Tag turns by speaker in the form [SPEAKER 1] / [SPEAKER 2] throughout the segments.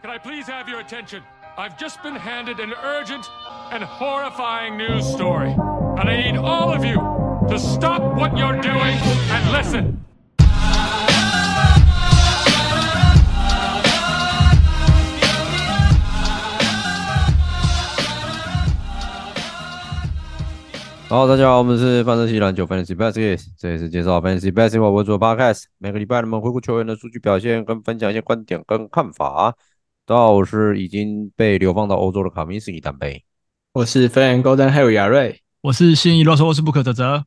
[SPEAKER 1] can I please have your attention? I've just been handed an urgent and horrifying news story. And I need all of you to stop what you're doing and listen.
[SPEAKER 2] 好，大家好，我们是范特西篮球 Fantasy Baskets，这里是介绍 Fantasy Basketball 为主的 Podcast。每个礼拜我们回顾球员的数据表现，跟分享一些观点跟看法。倒是已经被流放到欧洲的卡米斯基单杯。
[SPEAKER 3] 我是飞人 Golden Harry 亚瑞，
[SPEAKER 4] 我是信义啰嗦我是不可泽泽，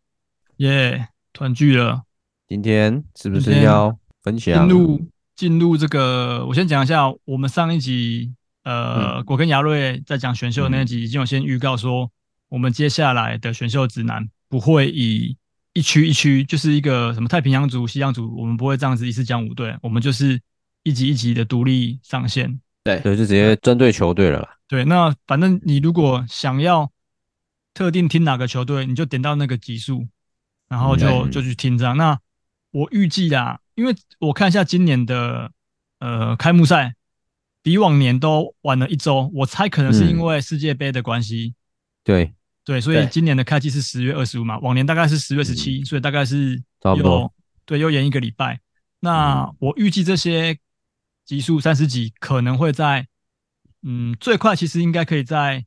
[SPEAKER 4] 耶、团聚了，
[SPEAKER 2] 今天是不
[SPEAKER 4] 今
[SPEAKER 2] 是
[SPEAKER 4] 天
[SPEAKER 2] 要分
[SPEAKER 4] 进
[SPEAKER 2] 享？
[SPEAKER 4] 入进入这个，我先讲一下，我们上一集呃，我跟牙瑞在讲选秀的那一集，已经有先预告说，我们接下来的选秀指南不会以一区一区，就是一个什么太平洋组、西洋组，我们不会这样子一次讲五队，我们就是一集一集的独立上线，
[SPEAKER 3] 对，
[SPEAKER 2] 对，就直接针对球队了啦。
[SPEAKER 4] 对，那反正你如果想要特定听哪个球队，你就点到那个集数，然后就
[SPEAKER 2] 嗯
[SPEAKER 4] 就去听这样。那我预计啦，因为我看一下今年的呃开幕赛，比往年都晚了一周，我猜可能是因
[SPEAKER 2] 嗯
[SPEAKER 4] 为世界杯的关系，
[SPEAKER 2] 对，嗯
[SPEAKER 4] 对，所以
[SPEAKER 3] 对
[SPEAKER 4] 今年的开季是十月二十五嘛，往年大概是十月十七、所以大概是
[SPEAKER 2] 差不多嗯
[SPEAKER 4] 又，对，又延一个礼拜。那我预计这些集数三十集可能会在，嗯，最快其实应该可以在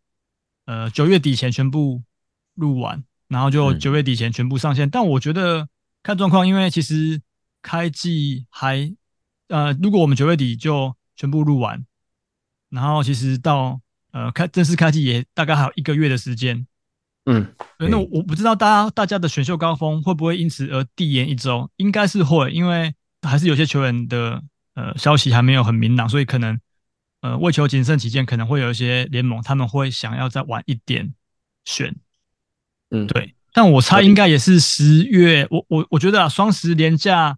[SPEAKER 4] 呃九月底前全部录完，然后就
[SPEAKER 2] 嗯
[SPEAKER 4] 九月底前全部上线。但我觉得看状况，因为其实开季还呃，如果我们九月底就全部录完，然后其实到呃开正式开季也大概还有一个月的时间，
[SPEAKER 3] 嗯，
[SPEAKER 4] 对，那
[SPEAKER 2] 嗯
[SPEAKER 4] 我我不知道大家大家的选秀高峰会不会因此而递延一周，应该是会，因为还是有些球员的呃消息还没有很明朗，所以可能呃为求谨慎起见，可能会有一些联盟他们会想要再晚一点选，
[SPEAKER 3] 嗯
[SPEAKER 4] 对，但我猜应该也是十月，我我我觉得啊，双十连假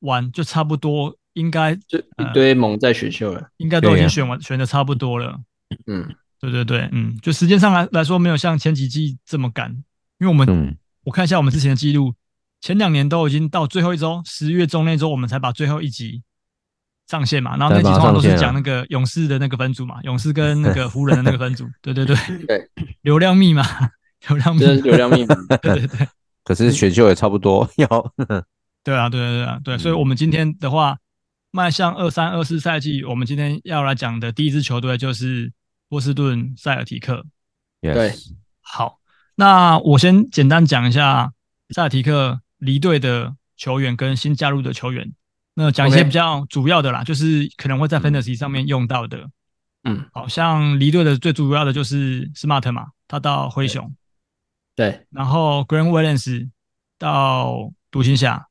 [SPEAKER 4] 晚就差不多，应该
[SPEAKER 3] 就一堆萌在选秀了，
[SPEAKER 4] 应该都已
[SPEAKER 2] 对
[SPEAKER 4] 经
[SPEAKER 2] 呀
[SPEAKER 4] 选完、选的差不多了。
[SPEAKER 3] 嗯，
[SPEAKER 4] 对对对，嗯，就时间上来来说，没有像前几季这么赶，因为我们、
[SPEAKER 2] 嗯，
[SPEAKER 4] 我看一下我们之前的记录，前两年都已经到最后一周，十月中那周我们才把最后一集上线嘛，然后那
[SPEAKER 2] 才
[SPEAKER 4] 集
[SPEAKER 2] 把
[SPEAKER 4] 通
[SPEAKER 2] 它
[SPEAKER 4] 常都是
[SPEAKER 2] 上线啊
[SPEAKER 4] 讲那个勇士的那个分组嘛，勇士跟那个湖人的那个分组，对对 对，
[SPEAKER 3] 对，
[SPEAKER 4] 流量密码，流量密
[SPEAKER 3] 真的是
[SPEAKER 4] 码，
[SPEAKER 3] 流量密码，
[SPEAKER 4] 对对对。
[SPEAKER 2] 可是选秀也差不多 要。
[SPEAKER 4] 对啊，对啊对啊，对，所以
[SPEAKER 2] 嗯
[SPEAKER 4] 我们今天的话，迈向二三二四赛季，我们今天要来讲的第一支球队就是波士顿塞尔提克。
[SPEAKER 3] 对
[SPEAKER 2] Yes，
[SPEAKER 4] 好，那我先简单讲一下塞尔提克离队的球员跟新加入的球员，那讲一些
[SPEAKER 3] OK
[SPEAKER 4] 比较主要的啦就是可能会在
[SPEAKER 2] 嗯
[SPEAKER 4] Fantasy 上面用到的。
[SPEAKER 3] 嗯，
[SPEAKER 4] 好像离队的最主要的就是 Smart 嘛，他到灰熊，
[SPEAKER 3] 对，
[SPEAKER 4] 然后 Grant Williams 到独行侠，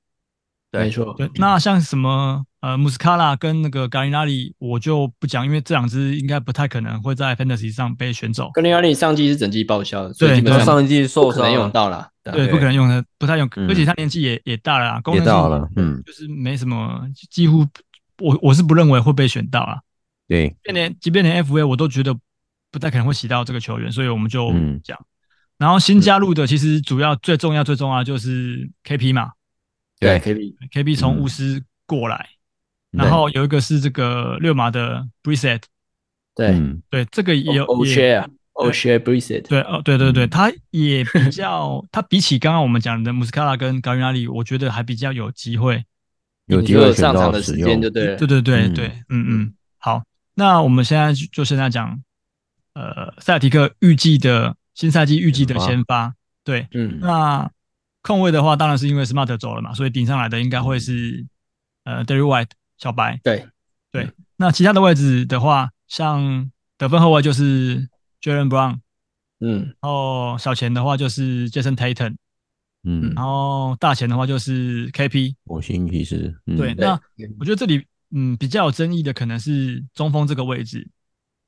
[SPEAKER 3] 没错，
[SPEAKER 2] 嗯
[SPEAKER 4] 对，那像什么呃穆斯卡拉跟那个 g a r i n a r i 我就不讲，因为这两支应该不太可能会在 Fantasy 上被选走，
[SPEAKER 3] 格林亚利上季是整季报销的，所以
[SPEAKER 4] 对
[SPEAKER 3] 基本
[SPEAKER 2] 他
[SPEAKER 4] 对
[SPEAKER 3] 上
[SPEAKER 2] 上一季
[SPEAKER 3] 不
[SPEAKER 2] 受
[SPEAKER 3] 可
[SPEAKER 2] 伤
[SPEAKER 3] 能
[SPEAKER 2] 啊
[SPEAKER 3] 用
[SPEAKER 2] 了
[SPEAKER 3] 到啦，
[SPEAKER 4] 对，
[SPEAKER 2] 对
[SPEAKER 4] 不可能用的，不太用，
[SPEAKER 2] 嗯
[SPEAKER 4] 而且他年纪也也大了啊啦，功
[SPEAKER 2] 也
[SPEAKER 4] 能
[SPEAKER 2] 到
[SPEAKER 4] 性
[SPEAKER 2] 了，嗯，
[SPEAKER 4] 就是没什么，几乎我我是不认为会被选到啊，
[SPEAKER 2] 对，
[SPEAKER 4] 即便连即便连 FA 我都觉得不太可能会洗到这个球员，所以我们就
[SPEAKER 2] 嗯
[SPEAKER 4] 讲。然后新加入的其实主要最重要最重要的就是 KP 嘛
[SPEAKER 3] 对
[SPEAKER 2] 对
[SPEAKER 3] ，KB，
[SPEAKER 4] ，KP 从
[SPEAKER 2] 嗯
[SPEAKER 4] 巫师过来，
[SPEAKER 2] 嗯
[SPEAKER 4] 然后有一个是这个六马的 Brissett，
[SPEAKER 3] 对
[SPEAKER 2] 嗯，
[SPEAKER 4] 对，这个也有
[SPEAKER 3] ，O
[SPEAKER 4] 也
[SPEAKER 3] share 啊，O share Brissett，
[SPEAKER 4] 对哦，对对对，
[SPEAKER 2] 嗯
[SPEAKER 4] 他也比较，他比起刚刚我们讲的穆斯卡拉跟高云阿里，我觉得还比较有机会。
[SPEAKER 2] 有
[SPEAKER 3] 你
[SPEAKER 2] 机
[SPEAKER 3] 就
[SPEAKER 2] 会
[SPEAKER 3] 有
[SPEAKER 2] 选
[SPEAKER 3] 上场
[SPEAKER 2] 到
[SPEAKER 3] 的
[SPEAKER 2] 使
[SPEAKER 3] 时
[SPEAKER 2] 用
[SPEAKER 3] 间就。对了
[SPEAKER 4] 对，对对
[SPEAKER 2] 嗯
[SPEAKER 4] 对，嗯嗯，好，那我们现在就就现在讲，呃，塞尔提克预计的新赛季预计的先
[SPEAKER 2] 先
[SPEAKER 4] 发，对，
[SPEAKER 3] 嗯，
[SPEAKER 4] 那控卫的话，当然是因为 Smart 走了嘛，所以顶上来的应该会是呃 Derry White 小白，
[SPEAKER 3] 对，
[SPEAKER 4] 那其他的位置的话，像得分后卫就是 Jalen Brown，
[SPEAKER 3] 嗯，
[SPEAKER 4] 然后小前的话就是 Jason Tatum，
[SPEAKER 2] 嗯，
[SPEAKER 4] 然后大前的话就是 KP。
[SPEAKER 2] 火星骑士，嗯
[SPEAKER 4] 对，那我觉得这里嗯比较有争议的可能是中锋这个位置，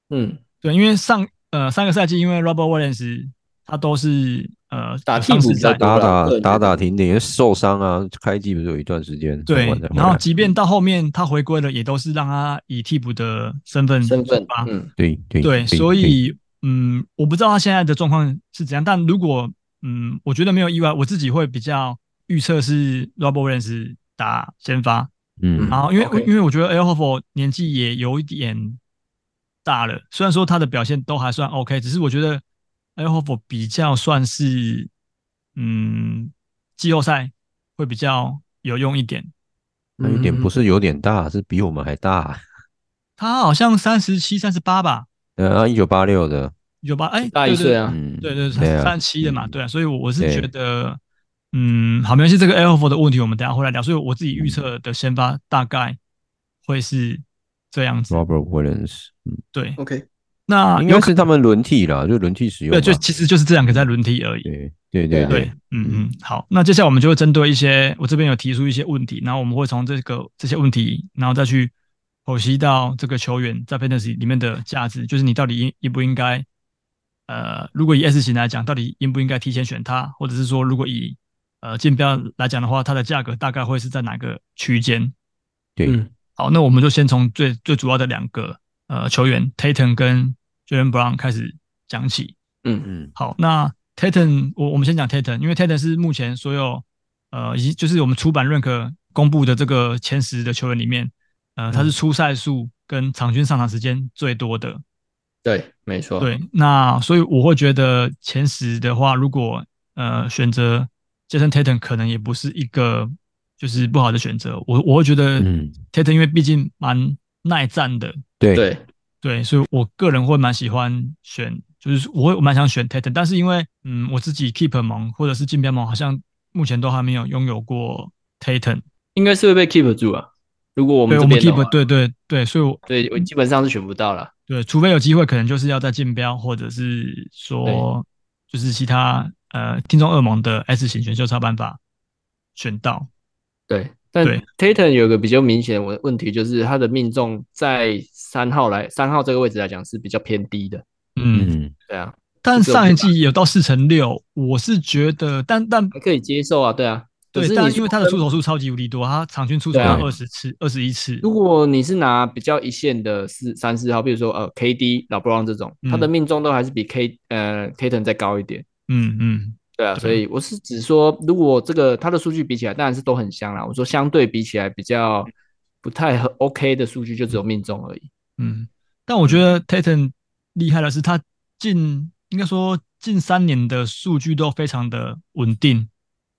[SPEAKER 3] 嗯，
[SPEAKER 4] 对，因为上呃上个赛季，因为 Robert Williams 他都是呃
[SPEAKER 3] 打
[SPEAKER 4] 有
[SPEAKER 3] 替
[SPEAKER 4] 伤
[SPEAKER 3] 补
[SPEAKER 4] 势
[SPEAKER 3] 比较
[SPEAKER 4] 在
[SPEAKER 3] 多
[SPEAKER 2] 打打
[SPEAKER 3] 对
[SPEAKER 2] 打打停停，受伤啊，开季不是有一段时间
[SPEAKER 4] 对
[SPEAKER 2] 晚才，回
[SPEAKER 4] 然后
[SPEAKER 2] 来
[SPEAKER 4] 即
[SPEAKER 3] 嗯
[SPEAKER 4] 便到后面他回归了，也都是让他以替补的身份
[SPEAKER 3] 身份
[SPEAKER 4] 出发，
[SPEAKER 3] 嗯
[SPEAKER 2] 对对
[SPEAKER 4] 对，所以嗯，我不知道他现在的状况是怎样，但如果嗯，我觉得没有意外，我自己会比较预测是 Robert Williams 打先发，
[SPEAKER 2] 嗯
[SPEAKER 4] 然后因为、
[SPEAKER 3] OK
[SPEAKER 4] 因为我觉得 L h o f o 年纪也有一点大了，虽然说他的表现都还算 OK，只是我觉得 L h o f o 比较算是嗯季后赛会比较有用一点，
[SPEAKER 2] 他有点
[SPEAKER 3] 嗯
[SPEAKER 2] 不是有点大，是比我们还大。
[SPEAKER 4] 他好像三十七、三十八吧，
[SPEAKER 2] 呃，一九八六的，
[SPEAKER 4] 有吧？哎，
[SPEAKER 3] 大
[SPEAKER 4] 对
[SPEAKER 3] 一
[SPEAKER 4] 对
[SPEAKER 3] 岁啊，
[SPEAKER 2] 嗯，
[SPEAKER 4] 对对，
[SPEAKER 2] 啊
[SPEAKER 4] 三三七的嘛，
[SPEAKER 2] 嗯
[SPEAKER 4] 对啊，所以我我是
[SPEAKER 2] 对
[SPEAKER 4] 觉得，嗯，好，没关系，这个 L four 的问题我们等一下会来聊，所以我自己
[SPEAKER 2] 嗯
[SPEAKER 4] 预测的先发大概会是这样子，
[SPEAKER 2] Robert Williams，嗯
[SPEAKER 4] 对，
[SPEAKER 3] ，OK，
[SPEAKER 4] 那
[SPEAKER 2] 哦应
[SPEAKER 4] 啊有
[SPEAKER 2] 该
[SPEAKER 4] 可
[SPEAKER 2] 是他们轮替啦，就轮替使用
[SPEAKER 4] 对，
[SPEAKER 2] 嘛。
[SPEAKER 4] 就其实就是这两个在轮替而已，
[SPEAKER 2] 对对对
[SPEAKER 4] 对，嗯嗯，好，那接下来我们就会针对一些我这边有提出一些问题，然后我们会从这个这些问题，然后再去剖析到这个球员在 fantasy 里面的价值，就是你到底应应不应该，呃，如果以 S 型来讲，到底应不应该提前选他，或者是说如果以呃竞标来讲的话，它的价格大概会是在哪个区间？
[SPEAKER 2] 对，
[SPEAKER 3] 嗯
[SPEAKER 4] 好，那我们就先从最最主要的两个呃球员 Tatum 跟 Jalen Brown 开始讲起。
[SPEAKER 3] 嗯
[SPEAKER 2] 嗯
[SPEAKER 4] 好，那 Titan，我我们先讲 Titan，因为 Titan 是目前所有呃，以及就是我们出版认可公布的这个前十的球员里面，呃，他是出赛数跟场均上场时间最多的。
[SPEAKER 3] 对，没错，
[SPEAKER 4] 对，那所以我会觉得前十的话，如果呃选择 Jason Tatum，可能也不是一个就是不好的选择。我我会觉得
[SPEAKER 2] 嗯，
[SPEAKER 4] Tatum 因为毕竟蛮耐战的，
[SPEAKER 2] 对
[SPEAKER 3] 对，
[SPEAKER 4] 对，所以我个人会蛮喜欢选，就是我会蛮想选 Tatum，但是因为嗯，我自己 Keep 盟或者是竞标盟好像目前都还没有拥有过 Tatum，
[SPEAKER 3] 应该是会被 keep 住啊。如果我
[SPEAKER 4] 对
[SPEAKER 3] 们
[SPEAKER 4] 我
[SPEAKER 3] 这
[SPEAKER 4] 们
[SPEAKER 3] 边的话
[SPEAKER 4] Keep 对对对，所以我
[SPEAKER 3] 对，我基本上是选不到了。
[SPEAKER 4] 对，除非有机会，可能就是要在竞标或者是说就是其他呃听众恶盟的 S 型选秀才有办法选到，
[SPEAKER 3] 对，但
[SPEAKER 4] 对
[SPEAKER 3] Tatum 有个比较明显的问问题，就是他的命中在三号来三号这个位置来讲是比较偏低的。
[SPEAKER 4] 嗯，
[SPEAKER 2] 嗯
[SPEAKER 3] 对啊，
[SPEAKER 4] 但
[SPEAKER 3] 这个我
[SPEAKER 4] 上一
[SPEAKER 3] 可以
[SPEAKER 4] 季有到四乘六，我是觉得，但但
[SPEAKER 3] 还可以接受啊。对啊，可
[SPEAKER 4] 对，
[SPEAKER 3] 是
[SPEAKER 4] 但
[SPEAKER 3] 你
[SPEAKER 4] 因为他的出手数超级无敌多，他场均出手
[SPEAKER 3] 对啊
[SPEAKER 4] 要二十次、二十一次，
[SPEAKER 3] 如果你是拿比较一线的四三四号，比如说呃 KD、老布朗这种，
[SPEAKER 4] 嗯
[SPEAKER 3] 他的命中都还是比 K 呃 Tatum 再高一点。
[SPEAKER 4] 嗯嗯。
[SPEAKER 3] 对啊，
[SPEAKER 4] 对
[SPEAKER 3] 所以我是只说，如果这个他的数据比起来，当然是都很香啦。我说相对比起来比较不太合 OK 的数据，就只有命中而已。
[SPEAKER 4] 嗯，但我觉得 Tatum 厉害的是，他近应该说近三年的数据都非常的稳定。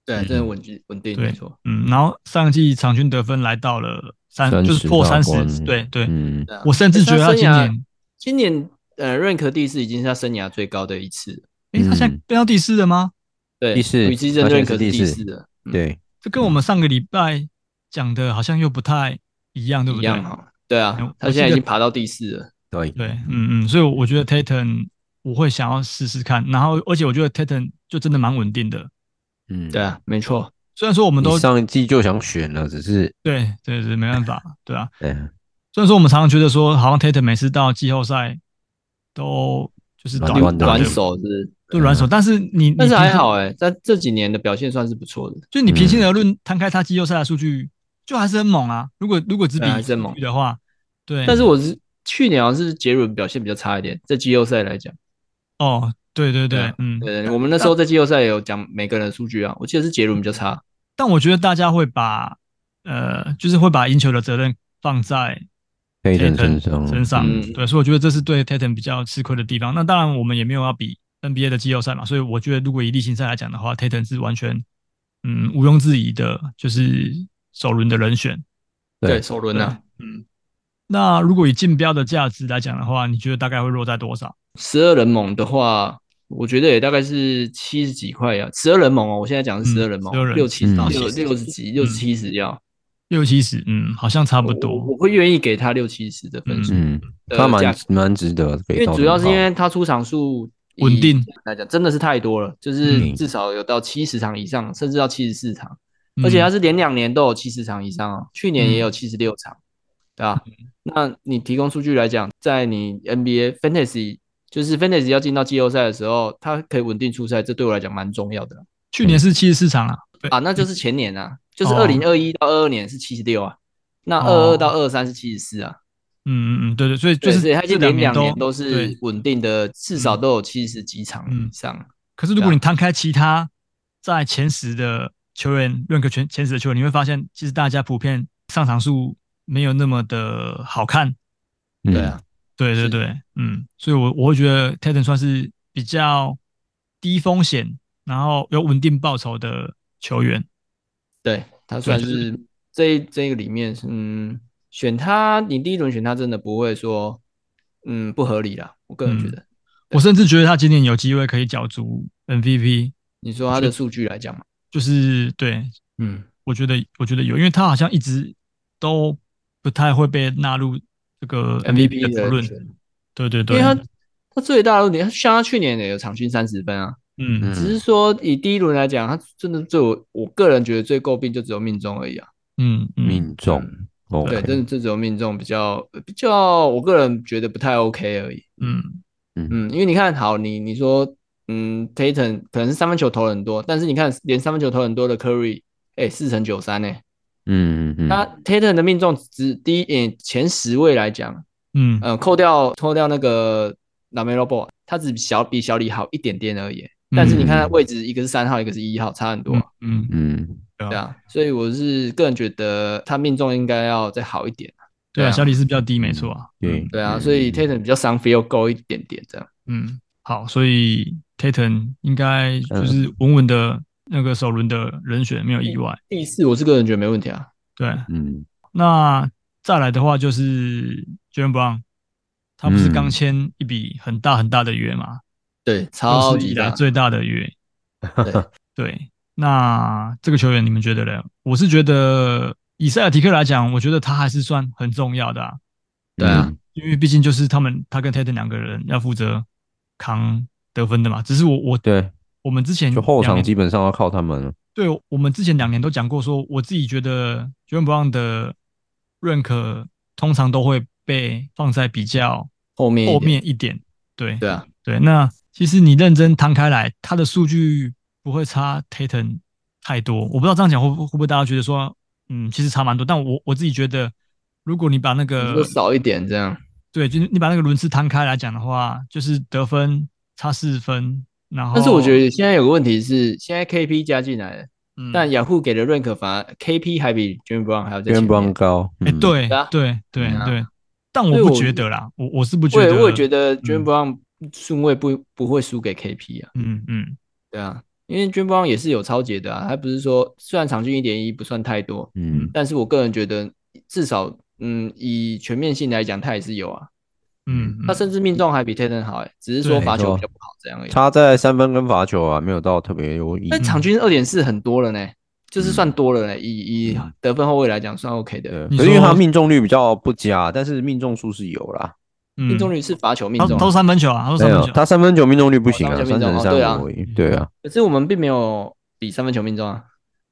[SPEAKER 3] 对啊，真的稳定稳
[SPEAKER 4] 嗯
[SPEAKER 3] 定，
[SPEAKER 4] 对
[SPEAKER 3] 没错。
[SPEAKER 4] 嗯，然后上一季场均得分来到了三，
[SPEAKER 2] 30
[SPEAKER 4] 就是破三
[SPEAKER 2] 大关
[SPEAKER 4] 十。对对，
[SPEAKER 2] 嗯
[SPEAKER 3] 对啊
[SPEAKER 4] 我甚至觉得他今
[SPEAKER 3] 但是
[SPEAKER 4] 年，
[SPEAKER 3] 今年呃 rank 第四已经是他生涯最高的一次了。
[SPEAKER 4] 诶，他现在
[SPEAKER 2] 嗯
[SPEAKER 4] 变到第四了吗？
[SPEAKER 3] 对，
[SPEAKER 2] 第四
[SPEAKER 3] 雨季真
[SPEAKER 2] 他现
[SPEAKER 3] rank
[SPEAKER 2] 在是第四
[SPEAKER 3] 第四了，嗯，
[SPEAKER 2] 对，
[SPEAKER 4] 这跟我们上个礼拜讲的好像又不太一样，对不
[SPEAKER 3] 一
[SPEAKER 4] 对？
[SPEAKER 3] 样哈。对
[SPEAKER 4] 嗯
[SPEAKER 3] 啊，他
[SPEAKER 4] 我记
[SPEAKER 3] 现在已
[SPEAKER 4] 得
[SPEAKER 3] 经爬到第四了。
[SPEAKER 2] 对
[SPEAKER 4] 对，嗯嗯，所以我觉得 Tatum 我会想要试试看，然后而且我觉得 Tatum 就真的蛮稳定的，
[SPEAKER 2] 嗯
[SPEAKER 3] 对。啊，没错。
[SPEAKER 4] 虽然说我们
[SPEAKER 2] 你
[SPEAKER 4] 都
[SPEAKER 2] 上一季就想选了，只是
[SPEAKER 4] 对对对，没办法，对啊，
[SPEAKER 2] 哎，
[SPEAKER 4] 虽然说我们常常觉得说，好像 Tatum 每次到季后赛都就是
[SPEAKER 2] 蛮
[SPEAKER 4] 短
[SPEAKER 2] 乱的
[SPEAKER 4] 短
[SPEAKER 3] 短
[SPEAKER 4] 的
[SPEAKER 3] 手嗯是，
[SPEAKER 4] 对软手，但是你
[SPEAKER 3] 但是还，好
[SPEAKER 4] 你平嗯
[SPEAKER 3] 哎，他这几年的表现算是不错的。
[SPEAKER 4] 就你平心而论，摊开他季后赛的数据，就还是很猛啊。如果如果只比
[SPEAKER 3] 对啊还是很猛
[SPEAKER 4] 数据的话，对，
[SPEAKER 3] 但是我是去年好像是杰伦表现比较差一点，在季后赛来讲。
[SPEAKER 4] 哦，对对
[SPEAKER 3] 对
[SPEAKER 4] 对
[SPEAKER 3] 啊，
[SPEAKER 4] 嗯，
[SPEAKER 3] 对，我们那时候在季后赛有讲每个人的数据啊，我记得是杰伦比较差。
[SPEAKER 4] 但我觉得大家会把呃，就是会把赢球的责任放在
[SPEAKER 2] 黑
[SPEAKER 4] Tatum
[SPEAKER 2] 人身上，
[SPEAKER 4] 身上
[SPEAKER 3] 嗯，
[SPEAKER 4] 对，所以我觉得这是对 Tatum 比较吃亏的地方。那当然，我们也没有要比 NBA 的季后赛嘛，所以我觉得如果以例行赛来讲的话，Tatum 是完全嗯毋庸置疑的，就是首轮的人选。
[SPEAKER 2] 对
[SPEAKER 3] 对，首轮啊，
[SPEAKER 4] 那如果以竞标的价值来讲的话，你觉得大概会落在多少？
[SPEAKER 3] 十二人盟的话，我觉得也大概是七十几块呀。十二人盟哦，我现在讲的是十二人盟
[SPEAKER 4] 嗯12人，
[SPEAKER 3] 六七
[SPEAKER 2] 嗯
[SPEAKER 3] 六六十几，六十七十要。
[SPEAKER 4] 六七十，嗯，好像差不
[SPEAKER 3] 我我
[SPEAKER 4] 多。
[SPEAKER 3] 会愿意给他六七十的分数，
[SPEAKER 2] 嗯，
[SPEAKER 3] 呃
[SPEAKER 2] 他
[SPEAKER 3] 价
[SPEAKER 2] 蛮
[SPEAKER 3] 格
[SPEAKER 2] 蛮值得给
[SPEAKER 3] 因为
[SPEAKER 2] 到
[SPEAKER 3] 主要是
[SPEAKER 2] 很
[SPEAKER 3] 因
[SPEAKER 2] 高
[SPEAKER 3] 为他出场数以
[SPEAKER 4] 稳定
[SPEAKER 3] 来讲，真的是太多了，就是
[SPEAKER 2] 嗯
[SPEAKER 3] 至少有到七十场以上，甚
[SPEAKER 4] 嗯
[SPEAKER 3] 至到七十四场，而且他是连两年都有七十场以上哦，去年也有七十六场，对吧？
[SPEAKER 4] 嗯
[SPEAKER 3] 那你提供数据来讲，在你 NBA Fantasy 就是 Fantasy 要进到季后赛的时候，它可以稳定出赛，这对我来讲蛮重要的
[SPEAKER 4] 去年是七十四场了，对
[SPEAKER 3] 啊。那就是前年啊，就是
[SPEAKER 4] 哦
[SPEAKER 3] 二零二一到二二年是七十六啊，那二
[SPEAKER 4] 哦
[SPEAKER 3] 二到二三是七十四啊，
[SPEAKER 4] 嗯嗯嗯，对对，所以就
[SPEAKER 3] 对
[SPEAKER 4] 是
[SPEAKER 3] 所以它已
[SPEAKER 4] 这
[SPEAKER 3] 经连
[SPEAKER 4] 年
[SPEAKER 3] 两年
[SPEAKER 4] 都
[SPEAKER 3] 都是
[SPEAKER 4] 对
[SPEAKER 3] 稳定的，至少都有七十几场
[SPEAKER 4] 嗯
[SPEAKER 3] 以上。
[SPEAKER 4] 可是如
[SPEAKER 3] 啊
[SPEAKER 4] 果你摊开其他在前十的球员，认可前前十的球员，你会发现，其实大家普遍上场数没有那么的好看。
[SPEAKER 2] 嗯
[SPEAKER 3] 对啊，
[SPEAKER 4] 嗯对对
[SPEAKER 3] 是
[SPEAKER 4] 对，嗯，所以我我会觉得 t a t o n 算是比较低风险，然后有稳定报酬的球员。
[SPEAKER 3] 对，他算
[SPEAKER 4] 就是
[SPEAKER 3] 是这一这个里面，嗯，选他，你第一轮选他真的不会说，嗯，不合理啦。我个人觉
[SPEAKER 4] 嗯
[SPEAKER 3] 得，
[SPEAKER 4] 我甚至觉得他今年有机会可以角逐 MVP，
[SPEAKER 3] 你说他的数据来讲嘛，
[SPEAKER 4] 就是对
[SPEAKER 3] 嗯，
[SPEAKER 4] 我觉得我觉得有，因为他好像一直都不太会被纳入这个
[SPEAKER 3] MVP
[SPEAKER 4] 的讨
[SPEAKER 3] 的
[SPEAKER 4] 论。
[SPEAKER 3] 选
[SPEAKER 4] 对对
[SPEAKER 3] 因
[SPEAKER 4] 对，
[SPEAKER 3] 为他他最大的问题，他像他去年也有场均三十分啊，
[SPEAKER 4] 嗯
[SPEAKER 2] 嗯
[SPEAKER 3] 只是说以第一轮来讲，他真的最我我个人觉得最诟病就只有命中而已啊。
[SPEAKER 4] 嗯嗯，
[SPEAKER 2] 命中
[SPEAKER 3] 对，
[SPEAKER 2] ，OK，
[SPEAKER 3] 真的就只有命中比较比较，我个人觉得不太 OK 而已。
[SPEAKER 4] 嗯，
[SPEAKER 3] 嗯，因为你看好你你说，嗯，Tatum 可能是三分球投很多，但是你看连三分球投很多的 Curry，哎，四乘九三呢，
[SPEAKER 2] 嗯嗯嗯，
[SPEAKER 3] 那 Tatum 的命中只第一诶前十位来讲，
[SPEAKER 4] 嗯，
[SPEAKER 3] 呃，扣掉扣掉那个 Lamelo Ball，他只比小比小李好一点点而已。但是你看他位置，一个是三号，一个是一号，差很多啊，
[SPEAKER 4] 嗯，
[SPEAKER 2] 嗯
[SPEAKER 4] 对
[SPEAKER 3] 对，啊。所以我是个人觉得他命中应该要再好一点，
[SPEAKER 4] 对
[SPEAKER 3] 对
[SPEAKER 4] 啊，
[SPEAKER 3] 啊
[SPEAKER 4] 小李是比较低，没错啊，
[SPEAKER 2] 对
[SPEAKER 3] 对啊。所以 Tatum 比较伤 feel 高一点点这样。
[SPEAKER 4] 嗯，好，所以 Tatum 应该
[SPEAKER 3] 嗯
[SPEAKER 4] 就是稳稳的那个首轮的人选，没有意外。
[SPEAKER 3] 第四，我是个人觉得没问题啊。
[SPEAKER 4] 对，
[SPEAKER 2] 嗯
[SPEAKER 4] 那再来的话就是 j a m Brown，他不是
[SPEAKER 2] 嗯
[SPEAKER 4] 刚签一笔很大很大的约嘛，
[SPEAKER 3] 对，
[SPEAKER 4] 有
[SPEAKER 3] 超
[SPEAKER 4] 史以
[SPEAKER 3] 级
[SPEAKER 4] 来
[SPEAKER 3] 大。
[SPEAKER 4] 最大的
[SPEAKER 3] 哦
[SPEAKER 4] 约。
[SPEAKER 3] 对，
[SPEAKER 4] 对，那这个球员你们觉得呢？我是觉得以塞尔提克来讲，我觉得他还是算很重要的啊。
[SPEAKER 3] 对啊，
[SPEAKER 2] 嗯
[SPEAKER 4] 因为毕竟就是他们他跟 Tatum 两个人要负责扛得分的嘛。只是我我
[SPEAKER 2] 对，
[SPEAKER 4] 我们之前
[SPEAKER 2] 就后
[SPEAKER 4] 两
[SPEAKER 2] 场
[SPEAKER 4] 年
[SPEAKER 2] 基本上要靠他们了，
[SPEAKER 4] 对我们之前两年都讲过说我自己觉得 j o h n Brown 的认可通常都会被放在比较
[SPEAKER 3] 后面一
[SPEAKER 4] 后
[SPEAKER 3] 点
[SPEAKER 4] 面一点。对
[SPEAKER 3] 对啊，
[SPEAKER 4] 对，那其实你认真摊开来，他的数据不会差 Tatum 太多。我不知道这样讲会不会不会大家觉得说，嗯，其实差蛮多。但我我自己觉得，如果你把那
[SPEAKER 3] 你
[SPEAKER 4] 个
[SPEAKER 3] 说少一点这样。
[SPEAKER 4] 对，就是你把那个轮次摊开来讲的话，就是得分差四分，然后
[SPEAKER 3] 但是我觉得现在有个问题是，现在 KP 加进来了，
[SPEAKER 4] 嗯，
[SPEAKER 3] 但雅虎给的认可反而 KP 还比 j a m Brown 还要在
[SPEAKER 2] 因为
[SPEAKER 3] 前
[SPEAKER 2] 不让
[SPEAKER 3] 面。
[SPEAKER 2] 高，
[SPEAKER 4] 哎、
[SPEAKER 2] 嗯，
[SPEAKER 4] 对
[SPEAKER 3] 对啊
[SPEAKER 4] 对对
[SPEAKER 3] 嗯啊
[SPEAKER 4] 对，但
[SPEAKER 3] 所以
[SPEAKER 4] 我不
[SPEAKER 3] 我
[SPEAKER 4] 觉得啦，我我是不觉
[SPEAKER 3] 我也
[SPEAKER 4] 得，
[SPEAKER 3] 我也觉得 j a
[SPEAKER 4] 嗯
[SPEAKER 3] m Brown 顺位不不会输给 KP 啊，
[SPEAKER 4] 嗯嗯
[SPEAKER 3] 对啊，因为 j a m Brown 也是有超节的啊，他不是说虽然场均一点一不算太多，
[SPEAKER 2] 嗯
[SPEAKER 3] 但是我个人觉得至少嗯以全面性来讲，他也是有啊，
[SPEAKER 4] 嗯，
[SPEAKER 3] 他
[SPEAKER 4] 嗯
[SPEAKER 3] 甚至命中还比 Tatum 好、欸，只是说
[SPEAKER 4] 对
[SPEAKER 3] 罚
[SPEAKER 2] 没错
[SPEAKER 3] 球比较不好这样而
[SPEAKER 4] 嗯
[SPEAKER 3] 已。
[SPEAKER 2] 差在三分跟罚球啊，没有到特别优异，
[SPEAKER 3] 但场均二点四很多了呢，就是算多了呢，以以
[SPEAKER 2] 嗯嗯
[SPEAKER 3] 得分后卫来讲算 OK 的。
[SPEAKER 2] 对，嗯
[SPEAKER 4] 你
[SPEAKER 2] 可是因为
[SPEAKER 4] 说
[SPEAKER 2] 他命中率比较不佳，但是命中数是有啦，
[SPEAKER 4] 嗯
[SPEAKER 3] 命中率是罚球命
[SPEAKER 4] 他
[SPEAKER 3] 中
[SPEAKER 4] 他，说三分球啊，他说
[SPEAKER 2] 没
[SPEAKER 4] 三分
[SPEAKER 2] 有
[SPEAKER 4] 球，
[SPEAKER 2] 他三分球命中率不行啊，
[SPEAKER 3] 哦三
[SPEAKER 2] 三
[SPEAKER 3] 分球
[SPEAKER 2] 乘
[SPEAKER 3] 命中
[SPEAKER 2] 三
[SPEAKER 3] 哦对啊
[SPEAKER 2] 五而已，对啊，
[SPEAKER 3] 可是我们并没有比三分球命中啊。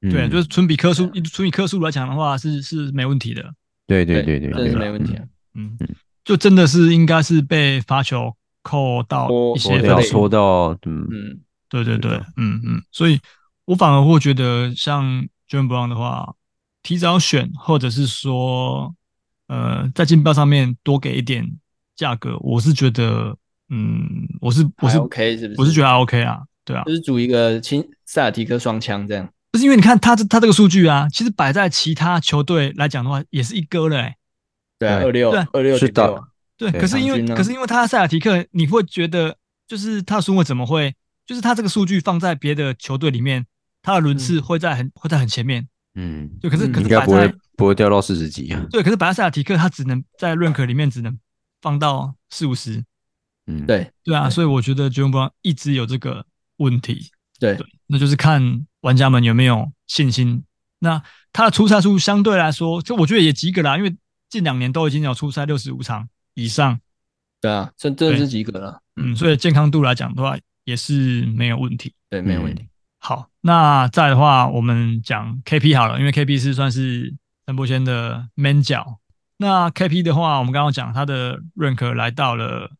[SPEAKER 2] 嗯
[SPEAKER 4] 对，就是纯比颗数，纯以颗数来讲的话是是没问题的，
[SPEAKER 2] 对对对对，
[SPEAKER 3] 真的
[SPEAKER 2] 对
[SPEAKER 3] 是
[SPEAKER 2] 啊
[SPEAKER 3] 没问题啊。
[SPEAKER 4] 嗯
[SPEAKER 2] 嗯，
[SPEAKER 4] 就真的是应该是被罚球扣到
[SPEAKER 3] 多
[SPEAKER 4] 一
[SPEAKER 2] 缩
[SPEAKER 4] 些
[SPEAKER 3] 多
[SPEAKER 4] 分
[SPEAKER 2] 掉
[SPEAKER 3] 类
[SPEAKER 4] 数
[SPEAKER 2] 缩，到，嗯，
[SPEAKER 3] 嗯，
[SPEAKER 4] 对对对
[SPEAKER 2] 对，
[SPEAKER 4] 嗯嗯，所以我反而会觉得像 j o h n Brown 的话，提早选或者是说呃在竞标上面多给一点价格，我是觉得嗯，我是我
[SPEAKER 3] 还
[SPEAKER 4] 是
[SPEAKER 3] OK 是不是？
[SPEAKER 4] 我是觉得还 OK 啊，对啊
[SPEAKER 3] 就，是组一个清塞尔提克双枪这样。
[SPEAKER 4] 不是因为你看他这他这个数据啊，其实摆在其他球队来讲的话，也是一哥了、欸，
[SPEAKER 3] 对啊，
[SPEAKER 2] 对
[SPEAKER 3] 二六
[SPEAKER 4] 对
[SPEAKER 3] 二六
[SPEAKER 2] 是的
[SPEAKER 4] 对，
[SPEAKER 2] 对
[SPEAKER 4] 可是因为
[SPEAKER 3] 场均啊
[SPEAKER 4] 可是因为他塞尔提克，你会觉得就是他的顺位怎么会，就是他这个数据放在别的球队里面，他的轮次会在很、会在很前面，
[SPEAKER 2] 嗯，
[SPEAKER 4] 对，可是
[SPEAKER 3] 嗯
[SPEAKER 4] 可
[SPEAKER 2] 应
[SPEAKER 4] 是
[SPEAKER 2] 该
[SPEAKER 4] 摆
[SPEAKER 2] 不会
[SPEAKER 4] 在
[SPEAKER 2] 不会掉到四十几啊，
[SPEAKER 4] 对，可是摆在塞尔提克，他只能在认可里面只能放到四五十，
[SPEAKER 2] 嗯，
[SPEAKER 3] 对
[SPEAKER 4] 对啊，
[SPEAKER 3] 对
[SPEAKER 4] 所以我觉得 j o h n Brown 一直有这个问题，
[SPEAKER 3] 对
[SPEAKER 4] 对，那就是看玩家们有没有信心。那他的出赛数相对来说，这我觉得也及格啦，因为近两年都已经有出赛六十五场以上，
[SPEAKER 3] 对啊，真真的
[SPEAKER 4] 对
[SPEAKER 3] 是及格了。
[SPEAKER 4] 嗯，所以健康度来讲的话，也是没有问题。
[SPEAKER 3] 对，
[SPEAKER 2] 嗯，
[SPEAKER 3] 没有问题。
[SPEAKER 4] 好，那再来的话，我们讲 KP 好了，因为 KP 是算是陈柏轩的 man 角，那 KP 的话，我们刚刚讲他的 rank 来到了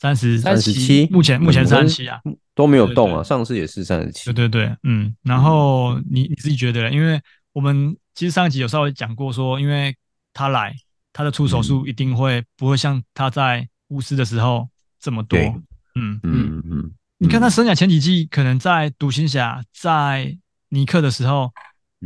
[SPEAKER 4] 三十
[SPEAKER 2] 37
[SPEAKER 4] 目前目前
[SPEAKER 2] 嗯
[SPEAKER 4] 三十七啊，
[SPEAKER 2] 都没有
[SPEAKER 4] 对
[SPEAKER 2] 动
[SPEAKER 4] 对
[SPEAKER 2] 啊，上次也是三十七
[SPEAKER 4] 对，对对，嗯，然后你你自己觉得嘞？因为我们其实上一集有稍微讲过说，因为他来，他的出手数一定会不会像他在巫师的时候这么多
[SPEAKER 2] 对。
[SPEAKER 4] 嗯，
[SPEAKER 2] 嗯嗯，
[SPEAKER 4] 你看他生涯前几季，可能在独行侠、在尼克的时候，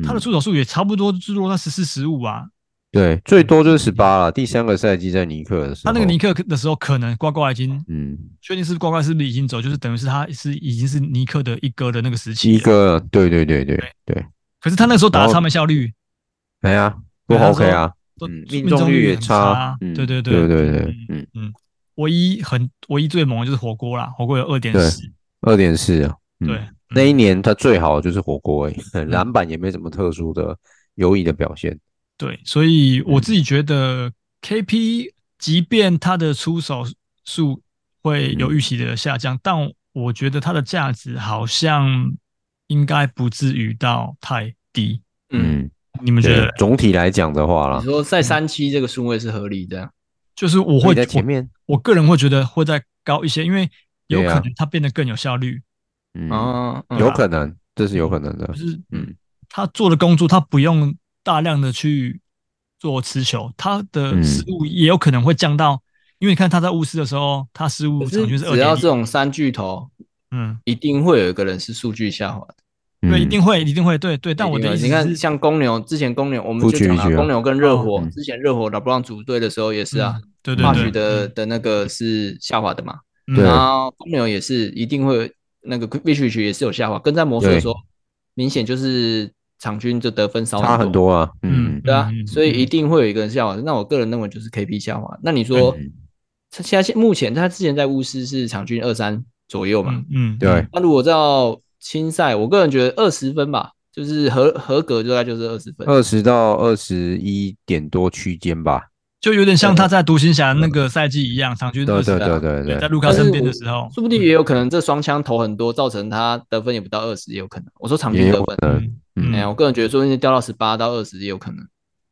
[SPEAKER 4] 他的
[SPEAKER 2] 嗯
[SPEAKER 4] 出手数也差不多就是落在十四、十五啊。
[SPEAKER 2] 对，最多就是十八了。第三个赛季在尼克的时
[SPEAKER 4] 他
[SPEAKER 2] 候，
[SPEAKER 4] 那个尼，克的时候，可能呱呱已经
[SPEAKER 2] 嗯，
[SPEAKER 4] 确定是呱呱是不是已经走，就是等于是他是已经是尼克的一哥的那个时期。
[SPEAKER 2] 一，个，啊对对对对对，
[SPEAKER 4] 可是他那时候打
[SPEAKER 2] 然
[SPEAKER 4] 的
[SPEAKER 2] 后
[SPEAKER 4] 超没效率，
[SPEAKER 2] 哎呀，不
[SPEAKER 4] 对他
[SPEAKER 2] OK 啊，
[SPEAKER 4] 都
[SPEAKER 2] 嗯
[SPEAKER 4] 命
[SPEAKER 2] 中
[SPEAKER 4] 率
[SPEAKER 2] 也
[SPEAKER 4] 很
[SPEAKER 2] 差，嗯
[SPEAKER 4] 对对
[SPEAKER 2] 对对
[SPEAKER 4] 嗯
[SPEAKER 2] 对，嗯，
[SPEAKER 4] 唯一很唯一最猛的就是火锅啦，火锅有二点
[SPEAKER 2] 对
[SPEAKER 4] 四，
[SPEAKER 2] 二点四啊，嗯
[SPEAKER 4] 对，
[SPEAKER 2] 那
[SPEAKER 4] 嗯
[SPEAKER 2] 一年他最好的就是火锅而已，篮板也没什么特殊的优异的表现，
[SPEAKER 4] 对，所以我
[SPEAKER 2] 嗯
[SPEAKER 4] 自己觉得 KP 即便他的出手数会有
[SPEAKER 2] 嗯
[SPEAKER 4] 预期的下降，但我觉得他的价值好像应该不至于到太低，
[SPEAKER 3] 嗯，
[SPEAKER 2] 嗯，
[SPEAKER 4] 你们觉
[SPEAKER 2] 对
[SPEAKER 4] 得，？
[SPEAKER 2] 总体来讲的话啦
[SPEAKER 3] 你，说在三期这个顺位是合理的，啊
[SPEAKER 4] 就是我
[SPEAKER 2] 所
[SPEAKER 4] 会
[SPEAKER 2] 以在前面，
[SPEAKER 4] 我，我个人会觉得会再高一些，因为有
[SPEAKER 2] 对
[SPEAKER 4] 可
[SPEAKER 2] 啊
[SPEAKER 4] 能他变得更有效率，
[SPEAKER 2] 嗯，
[SPEAKER 3] 哦，嗯
[SPEAKER 2] 有可能，这是有可能的
[SPEAKER 4] 就，是
[SPEAKER 2] 嗯
[SPEAKER 4] 他做的工作，他不用大量的去做持球，他
[SPEAKER 2] 嗯
[SPEAKER 4] 的失误也有可能会降到，因为你看他在巫师的时候，他失误
[SPEAKER 3] 可
[SPEAKER 4] 场均
[SPEAKER 3] 是
[SPEAKER 4] 是二
[SPEAKER 3] 只要
[SPEAKER 4] 点
[SPEAKER 3] 这种三巨头，
[SPEAKER 4] 嗯，
[SPEAKER 3] 一定会有一个人是数据下滑的。
[SPEAKER 4] 对，
[SPEAKER 2] 嗯
[SPEAKER 4] 一定会，一定会，对对。但我的意思
[SPEAKER 3] 你看，
[SPEAKER 4] 是，
[SPEAKER 3] 像公牛之前公牛，我们
[SPEAKER 2] 不
[SPEAKER 3] 就
[SPEAKER 2] 局
[SPEAKER 3] 讲了
[SPEAKER 2] 局啊
[SPEAKER 3] 公牛跟热火、
[SPEAKER 2] 嗯
[SPEAKER 3] 之前热火老布朗组队的时候也是啊，
[SPEAKER 4] 嗯对
[SPEAKER 3] 化
[SPEAKER 4] 对
[SPEAKER 3] 学
[SPEAKER 4] 对
[SPEAKER 3] 的，啊的那个是下滑的嘛，
[SPEAKER 4] 嗯
[SPEAKER 2] 对
[SPEAKER 3] 然后公牛也是一定会有那个 v i c h 也是有下滑，跟在魔术的时候明显就是场均就得分少
[SPEAKER 2] 差很多啊，嗯，
[SPEAKER 3] 对啊
[SPEAKER 4] 嗯嗯，
[SPEAKER 3] 所以一定会有一个人下滑。那我个人认为就是 KP 下滑。那你说
[SPEAKER 2] 嗯
[SPEAKER 3] 他现在现目前他之前在巫师是场均二三左右嘛
[SPEAKER 4] 嗯？嗯，
[SPEAKER 2] 对，
[SPEAKER 3] 那如果到青赛，我个人觉得二十分吧，就是合合格就大概就是二十分。
[SPEAKER 2] 二十到二十一点多区间吧，
[SPEAKER 4] 就有点像他在独行侠那个赛季一样，场均
[SPEAKER 2] 对对
[SPEAKER 4] 20
[SPEAKER 2] 对
[SPEAKER 4] 啊
[SPEAKER 2] 对
[SPEAKER 4] 在
[SPEAKER 2] 对，
[SPEAKER 4] 卢卡身边的时候，
[SPEAKER 3] 说不定也有可能这双枪投很多，造成他得分也不到二十，也有可能。我说场
[SPEAKER 2] 也
[SPEAKER 3] 均得
[SPEAKER 2] 有
[SPEAKER 3] 分，
[SPEAKER 2] 可能，嗯
[SPEAKER 3] 哎呀，我个人觉得说不定掉到十八到二十也有可能。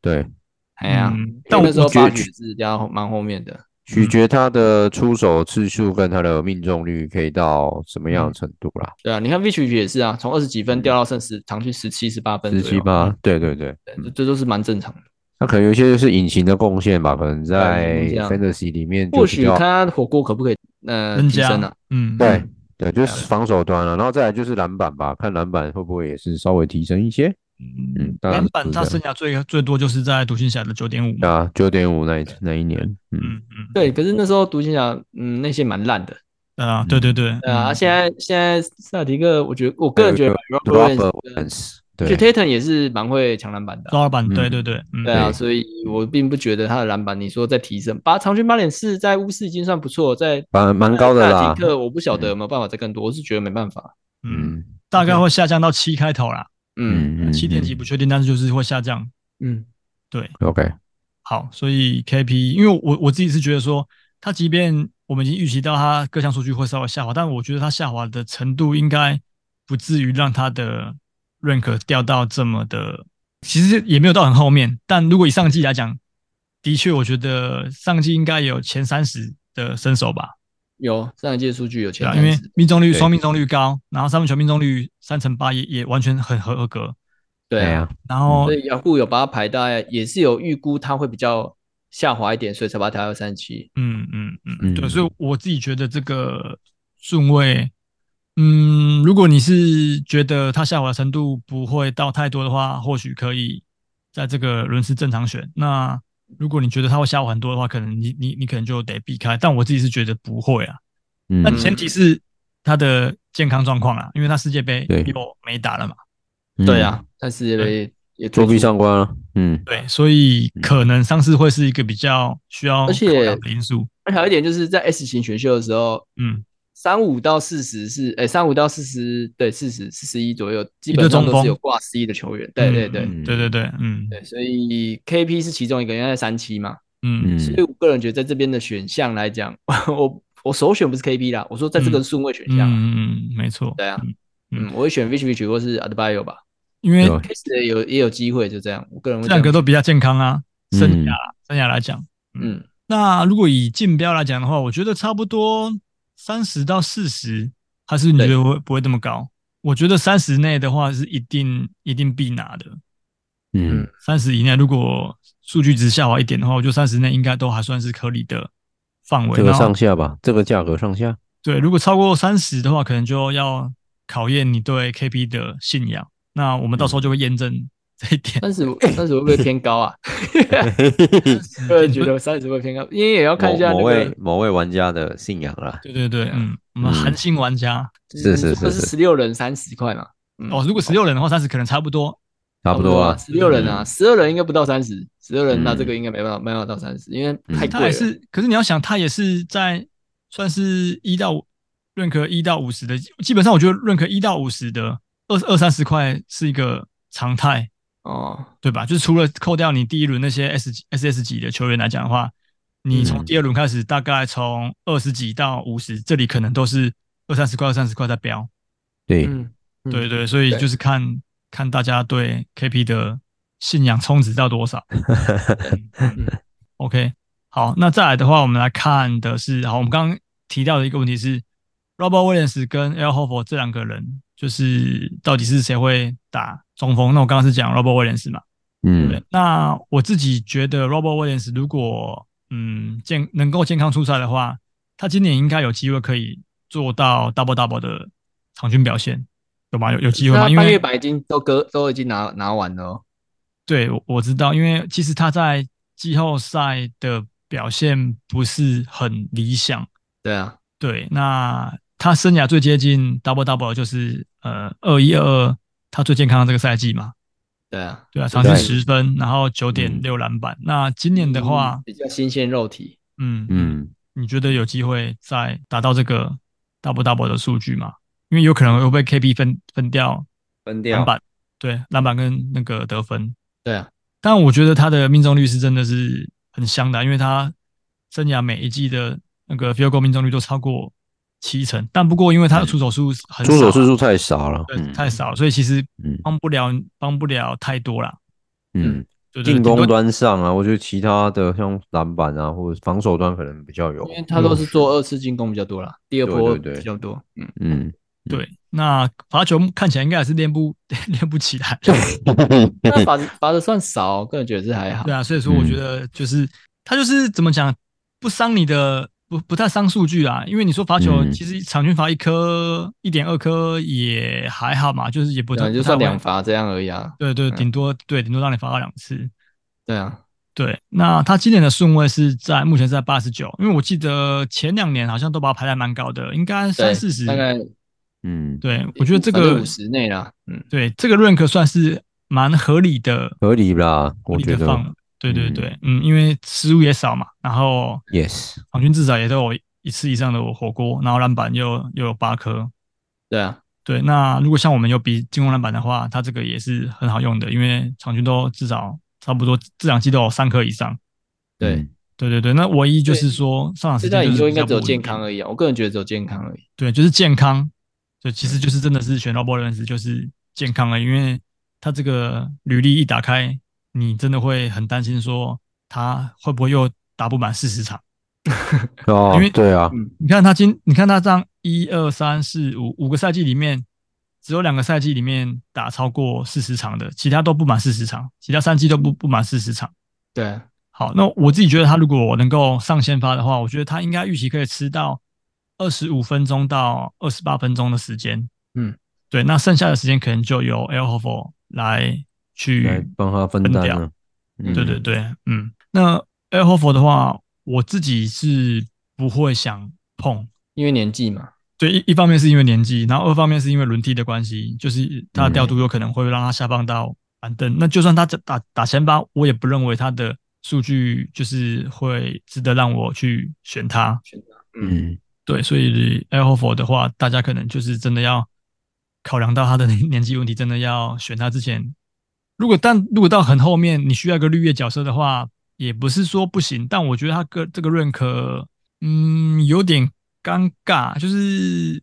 [SPEAKER 2] 对，
[SPEAKER 3] 哎呀，
[SPEAKER 4] 嗯
[SPEAKER 3] 因为
[SPEAKER 4] 但我
[SPEAKER 3] 那时候
[SPEAKER 2] 我觉得
[SPEAKER 3] 八局是掉到蛮后面的。
[SPEAKER 2] 取决他的出手次数跟他的命中率可以到什么样的程度啦，
[SPEAKER 3] 对啊，你看 v i c h 也是啊，从二十几分掉到剩十，场均十七、十八分左
[SPEAKER 2] 十
[SPEAKER 3] 右，
[SPEAKER 2] 七八，对对对，
[SPEAKER 3] 对，
[SPEAKER 2] 嗯
[SPEAKER 3] 这这都是蛮正常的。
[SPEAKER 2] 那可能有一些就是隐形的贡献吧，可能在
[SPEAKER 3] 对这样
[SPEAKER 2] fantasy 里面就
[SPEAKER 3] 或
[SPEAKER 2] 比
[SPEAKER 3] 许
[SPEAKER 2] 较
[SPEAKER 3] 看他火锅可不可以呃
[SPEAKER 4] 增
[SPEAKER 3] 提
[SPEAKER 4] 加
[SPEAKER 3] 升啊？，
[SPEAKER 4] 嗯，
[SPEAKER 2] 对对，就是防守端啊了，然后再来就是篮板吧，看篮板会不会也是稍微提升一些，
[SPEAKER 4] 嗯
[SPEAKER 2] 嗯，当然
[SPEAKER 4] 篮板
[SPEAKER 2] 是
[SPEAKER 4] 他
[SPEAKER 2] 这
[SPEAKER 4] 生涯最最多就是在独行侠的九点五，
[SPEAKER 2] 啊，九点五那一那一年，
[SPEAKER 4] 嗯
[SPEAKER 2] 嗯，
[SPEAKER 4] 嗯，
[SPEAKER 3] 对，可是那时候独行侠嗯那些蛮烂的。
[SPEAKER 4] 啊，对对对，
[SPEAKER 3] 对啊，
[SPEAKER 4] 嗯
[SPEAKER 3] 现在现在塞尔提克，我觉得我个人觉得
[SPEAKER 2] d r o
[SPEAKER 3] Robert
[SPEAKER 2] p
[SPEAKER 3] Williams 跟
[SPEAKER 2] Williams，
[SPEAKER 3] 就
[SPEAKER 2] 对，
[SPEAKER 3] Tatum 也是蛮会抢篮板的啊、
[SPEAKER 4] 抓二板，对
[SPEAKER 2] 嗯
[SPEAKER 4] 对对，嗯，
[SPEAKER 3] 对啊，
[SPEAKER 2] 对
[SPEAKER 3] 所以我并不觉得他的篮板，你说在提升，八长均八点四在乌市已经算不错，在
[SPEAKER 2] 蛮蛮高的
[SPEAKER 3] 在塞尔
[SPEAKER 2] 啦
[SPEAKER 3] 提，克我不晓得有没有办法再更多，我是觉得没办法。
[SPEAKER 4] 嗯，
[SPEAKER 2] 嗯
[SPEAKER 4] 大概会下降到七开头啦，
[SPEAKER 3] 嗯
[SPEAKER 2] 嗯嗯，
[SPEAKER 4] 七点几不确定，但是就是会下降。
[SPEAKER 3] 嗯，
[SPEAKER 4] 对，
[SPEAKER 2] ，OK，
[SPEAKER 4] 好，所以 KP，因为我我自己是觉得说，他即便我们已经预期到他各项数据会稍微下滑，但我觉得他下滑的程度应该不至于让他的认可掉到这么的，其实也没有到很后面。但如果以上季来讲，的确我觉得上季应该有前三十的身手吧，
[SPEAKER 3] 有上一届数据有前
[SPEAKER 4] 对啊，
[SPEAKER 3] 三
[SPEAKER 4] 因为
[SPEAKER 3] 十，
[SPEAKER 4] 命中率
[SPEAKER 2] 对
[SPEAKER 4] 双命中率高，然后三分球命中率三乘八也也完全很合合格，
[SPEAKER 3] 对啊，
[SPEAKER 2] 哎呀，
[SPEAKER 4] 然后
[SPEAKER 3] 所以雅虎有把它排大概也是有预估它会比较下滑一点，所以才把它调到三十七。
[SPEAKER 4] 嗯嗯嗯，
[SPEAKER 2] 嗯
[SPEAKER 4] 对，所以我自己觉得这个顺位，嗯，如果你是觉得它下滑的程度不会到太多的话，或许可以在这个轮次正常选。那如果你觉得它会下滑很多的话，可能你你你可能就得避开。但我自己是觉得不会啊，
[SPEAKER 2] 嗯
[SPEAKER 4] 那前提是他的健康状况啦，啊因为他世界杯
[SPEAKER 2] 对
[SPEAKER 4] 又没打了嘛，
[SPEAKER 3] 对，啊，但是也也
[SPEAKER 2] 嗯作弊
[SPEAKER 3] 退出
[SPEAKER 2] 上官啊，嗯，
[SPEAKER 4] 对，所以可能伤势会是一个比较需要
[SPEAKER 3] 而且
[SPEAKER 4] 考量的因素。
[SPEAKER 3] 而且还有一点就是在 S 型选秀的时候，
[SPEAKER 4] 嗯，
[SPEAKER 3] 三五到四十是，诶、三五到四十，对，四十四十一左右，基本上
[SPEAKER 4] 中
[SPEAKER 3] 都
[SPEAKER 4] 锋
[SPEAKER 3] 是有挂 C 的球员。对对对、
[SPEAKER 4] 嗯对对对，嗯
[SPEAKER 3] 对，所以 KP 是其中一个，因为在三期嘛，
[SPEAKER 4] 嗯
[SPEAKER 2] 嗯
[SPEAKER 3] 所以我个人觉得在这边的选项来讲， 我我首选不是 KP 啦，我说在这个顺位选
[SPEAKER 4] 嗯
[SPEAKER 3] 项啊、
[SPEAKER 4] 嗯嗯，没错，
[SPEAKER 3] 对啊
[SPEAKER 4] 嗯
[SPEAKER 3] 嗯，我会选 Vich Vich 或是 Adbio 吧
[SPEAKER 4] 因为
[SPEAKER 2] 对
[SPEAKER 3] k a s 啊有也有机会，就这样，我个人会
[SPEAKER 4] 这两个
[SPEAKER 3] 这样
[SPEAKER 4] 都比较健康啊，生涯、生涯来讲。
[SPEAKER 3] 嗯，
[SPEAKER 4] 那如果以竞标来讲的话，我觉得差不多三十到四十，还是你觉
[SPEAKER 3] 对
[SPEAKER 4] 得会不会这么高？我觉得三十内的话是一定一定必拿的。
[SPEAKER 2] 嗯
[SPEAKER 4] 三十以内，如果数据值下滑一点的话，我觉得三十内应该都还算是合理的范围。
[SPEAKER 2] 这个
[SPEAKER 4] 然后
[SPEAKER 2] 上下吧，这个价格上下，
[SPEAKER 4] 对，如果超过三十的话，可能就要考验你对 KP 的信仰。那我们到时候就会验证这一点。
[SPEAKER 3] 三十三十会不会偏 高啊？ 个人觉得三十会偏高，因为也要看一下
[SPEAKER 2] 某
[SPEAKER 3] 那
[SPEAKER 2] 某位
[SPEAKER 3] 个
[SPEAKER 2] 某位玩家的信仰啦。
[SPEAKER 4] 对对对，嗯，我们韩信玩家、
[SPEAKER 2] 是是是
[SPEAKER 3] 十
[SPEAKER 2] 是，
[SPEAKER 3] 六人三十块嘛，嗯
[SPEAKER 4] 哦，如果十六人的话，三十可能差不多。
[SPEAKER 2] 差不多啊。
[SPEAKER 3] 十六人啊，十二人应该不到三十，十二人那
[SPEAKER 2] 嗯
[SPEAKER 3] 这个应该没办法，没办法到三十，因为太
[SPEAKER 4] 他
[SPEAKER 3] 贵
[SPEAKER 4] 也
[SPEAKER 3] 了。
[SPEAKER 4] 是，可是你要想，他也是在算是一到五认可一到五十的，基本上我觉得认可一到五十的二二三十块是一个常态，
[SPEAKER 3] 哦，
[SPEAKER 4] 对吧？就是除了扣掉你第一轮那些 S S S 级的球员来讲的话，你从
[SPEAKER 2] 嗯
[SPEAKER 4] 第二轮开始，大概从二十几到五十，这里可能都是二三十块、二三十块在标。
[SPEAKER 2] 对，
[SPEAKER 3] 嗯，嗯
[SPEAKER 4] 对对，所以
[SPEAKER 3] 对
[SPEAKER 4] 就是看看大家对 KP 的信仰充值到多少。嗯 OK，好，那再来的话，我们来看的是，好，我们刚刚提到的一个问题是，Robert Williams 跟 L Hofer 这两个人，就是到底是谁会打中锋？那我刚刚是讲 Robert Williams 嘛，对
[SPEAKER 2] 嗯，
[SPEAKER 4] 那我自己觉得 Robert Williams 如果嗯健能够健康出赛的话，他今年应该有机会可以做到 double double 的场均表现，有吗？有有机会吗？
[SPEAKER 3] 那
[SPEAKER 4] 因
[SPEAKER 3] 半
[SPEAKER 4] 为
[SPEAKER 3] 月板已经都割都已经拿拿完了哦。
[SPEAKER 4] 对，我我知道，因为其实他在季后赛的表现不是很理想。
[SPEAKER 3] 对啊，
[SPEAKER 4] 对，那他生涯最接近 double double 的就是呃二一二二，他最健康的这个赛季嘛。
[SPEAKER 3] 对啊，
[SPEAKER 4] 对啊，嗯场均
[SPEAKER 2] 对
[SPEAKER 4] 十分，然后九点六篮板。那今年的话，
[SPEAKER 3] 嗯比较新鲜肉体，
[SPEAKER 4] 嗯
[SPEAKER 2] 嗯，
[SPEAKER 4] 你觉得有机会再达到这个 double double 的数据吗？因为有可能会被 KP 分分掉
[SPEAKER 2] 分
[SPEAKER 4] 篮板，对，篮板跟那个得分。
[SPEAKER 3] 对啊，
[SPEAKER 4] 但我觉得他的命中率是真的是很香的啊，因为他生涯每一季的那个 field goal 命中率都超过七成。但不过因为他的出手数很少
[SPEAKER 2] 嗯出
[SPEAKER 4] 啊，
[SPEAKER 2] 手次数太少了，
[SPEAKER 4] 对
[SPEAKER 2] 嗯
[SPEAKER 4] 太少了，哦所以其实
[SPEAKER 2] 嗯
[SPEAKER 4] 帮不了帮不了太多啦。
[SPEAKER 2] 嗯，
[SPEAKER 4] 对对
[SPEAKER 2] 进
[SPEAKER 4] 顶
[SPEAKER 2] 攻
[SPEAKER 4] 多
[SPEAKER 2] 端上啊，我觉得其他的像篮板啊或者防守端可能比较有
[SPEAKER 3] 因为他都是做二次进攻比较多啦，第二波
[SPEAKER 2] 哦对对对
[SPEAKER 3] 比 较多。嗯，
[SPEAKER 2] 嗯，
[SPEAKER 4] 对，那罚球看起来应该还是练不 练不起 来。
[SPEAKER 3] 那罚罚的算少，哦个人觉得是还好
[SPEAKER 4] 对。啊，所以说我
[SPEAKER 2] 嗯
[SPEAKER 4] 觉得就是、他就是怎么讲，不伤你的，不不太伤数据啊。因为你说罚球，
[SPEAKER 2] 嗯
[SPEAKER 4] 其实场均罚一颗一点二颗也还好嘛，就是也不
[SPEAKER 3] 可
[SPEAKER 2] 啊
[SPEAKER 4] 太
[SPEAKER 3] 能啊
[SPEAKER 4] 不
[SPEAKER 3] 就
[SPEAKER 4] 太
[SPEAKER 3] 算
[SPEAKER 4] 会
[SPEAKER 3] 两罚这样而已啊。
[SPEAKER 4] 对对，
[SPEAKER 3] 嗯
[SPEAKER 4] 顶多对顶多让你罚到两次。
[SPEAKER 3] 对啊，
[SPEAKER 4] 对，那他今年的顺位是在目前是在八十九，因为我记得前两年好像都把他排在蛮高的，应该
[SPEAKER 3] 对
[SPEAKER 4] 三四十
[SPEAKER 3] 大。概
[SPEAKER 2] 嗯，
[SPEAKER 4] 对，我觉得这个
[SPEAKER 3] 五十内啦。嗯，
[SPEAKER 4] 对这个 rank 算是蛮合理的，
[SPEAKER 2] 合理啦，
[SPEAKER 4] 合
[SPEAKER 2] 我
[SPEAKER 4] 理
[SPEAKER 2] 觉
[SPEAKER 4] 的
[SPEAKER 2] 得
[SPEAKER 4] 放。对对对，嗯，因为失误也少嘛，然后
[SPEAKER 2] yes，
[SPEAKER 4] 场均至少也都有一次以上的火锅，然后篮板又又有八颗。
[SPEAKER 3] 对啊，
[SPEAKER 4] 对，那如果像我们有比进攻篮板的话，它这个也是很好用的，因为场均都至少差不多这两季都有三颗以上。
[SPEAKER 3] 对，
[SPEAKER 2] 嗯
[SPEAKER 4] 对对对，那唯一就是说上场时
[SPEAKER 3] 这
[SPEAKER 4] 间
[SPEAKER 3] 在
[SPEAKER 4] 就
[SPEAKER 3] 你
[SPEAKER 4] 是
[SPEAKER 3] 说应
[SPEAKER 4] 比较
[SPEAKER 3] 该只有
[SPEAKER 4] 不稳
[SPEAKER 3] 健
[SPEAKER 4] 定
[SPEAKER 3] 康而已啊。我个人觉得只有健康而已。
[SPEAKER 4] 对，就是健康，对，其实就是真的是选到 b o l a n c e 就是健康了，因为他这个履历一打开，你真的会很担心说他会不会又打不满四十场。
[SPEAKER 2] 哦
[SPEAKER 4] 因为，
[SPEAKER 2] 对啊，
[SPEAKER 3] 嗯，
[SPEAKER 4] 你看他今，你看他这样一二三四五五个赛季里面，只有两个赛季里面打超过四十场的，其他都不满四十场，其他三季都不不满四十场。
[SPEAKER 3] 对啊，
[SPEAKER 4] 好，那我自己觉得他如果能够上先发的话，我觉得他应该预期可以吃到二十五分钟到二十八分钟的时间。
[SPEAKER 3] 嗯，
[SPEAKER 4] 对，那剩下的时间可能就由 L h o f o 来
[SPEAKER 2] 来
[SPEAKER 4] 去
[SPEAKER 2] 帮他
[SPEAKER 4] 嗯
[SPEAKER 2] 分
[SPEAKER 4] 分
[SPEAKER 2] 担
[SPEAKER 4] 掉
[SPEAKER 2] 啊，嗯
[SPEAKER 4] 对对，对，嗯，那 L h o f o 的话，我自己是不会想碰。
[SPEAKER 3] 因为年纪嘛。
[SPEAKER 4] 对，一一方面是因为年纪，然后二方面是因为轮替的关系，就是他的调度有可能会让他下放到板凳。那就算他打打先发，我也不认为他的数据就是会值得让我去选他。
[SPEAKER 2] 嗯
[SPEAKER 4] 对，所以 L h o f o 的话，大家可能就是真的要考量到他的年纪问题，真的要选他之前，如果但如果到很后面你需要一个绿叶角色的话，也不是说不行，但我觉得他个这个认可，嗯，有点尴尬，就是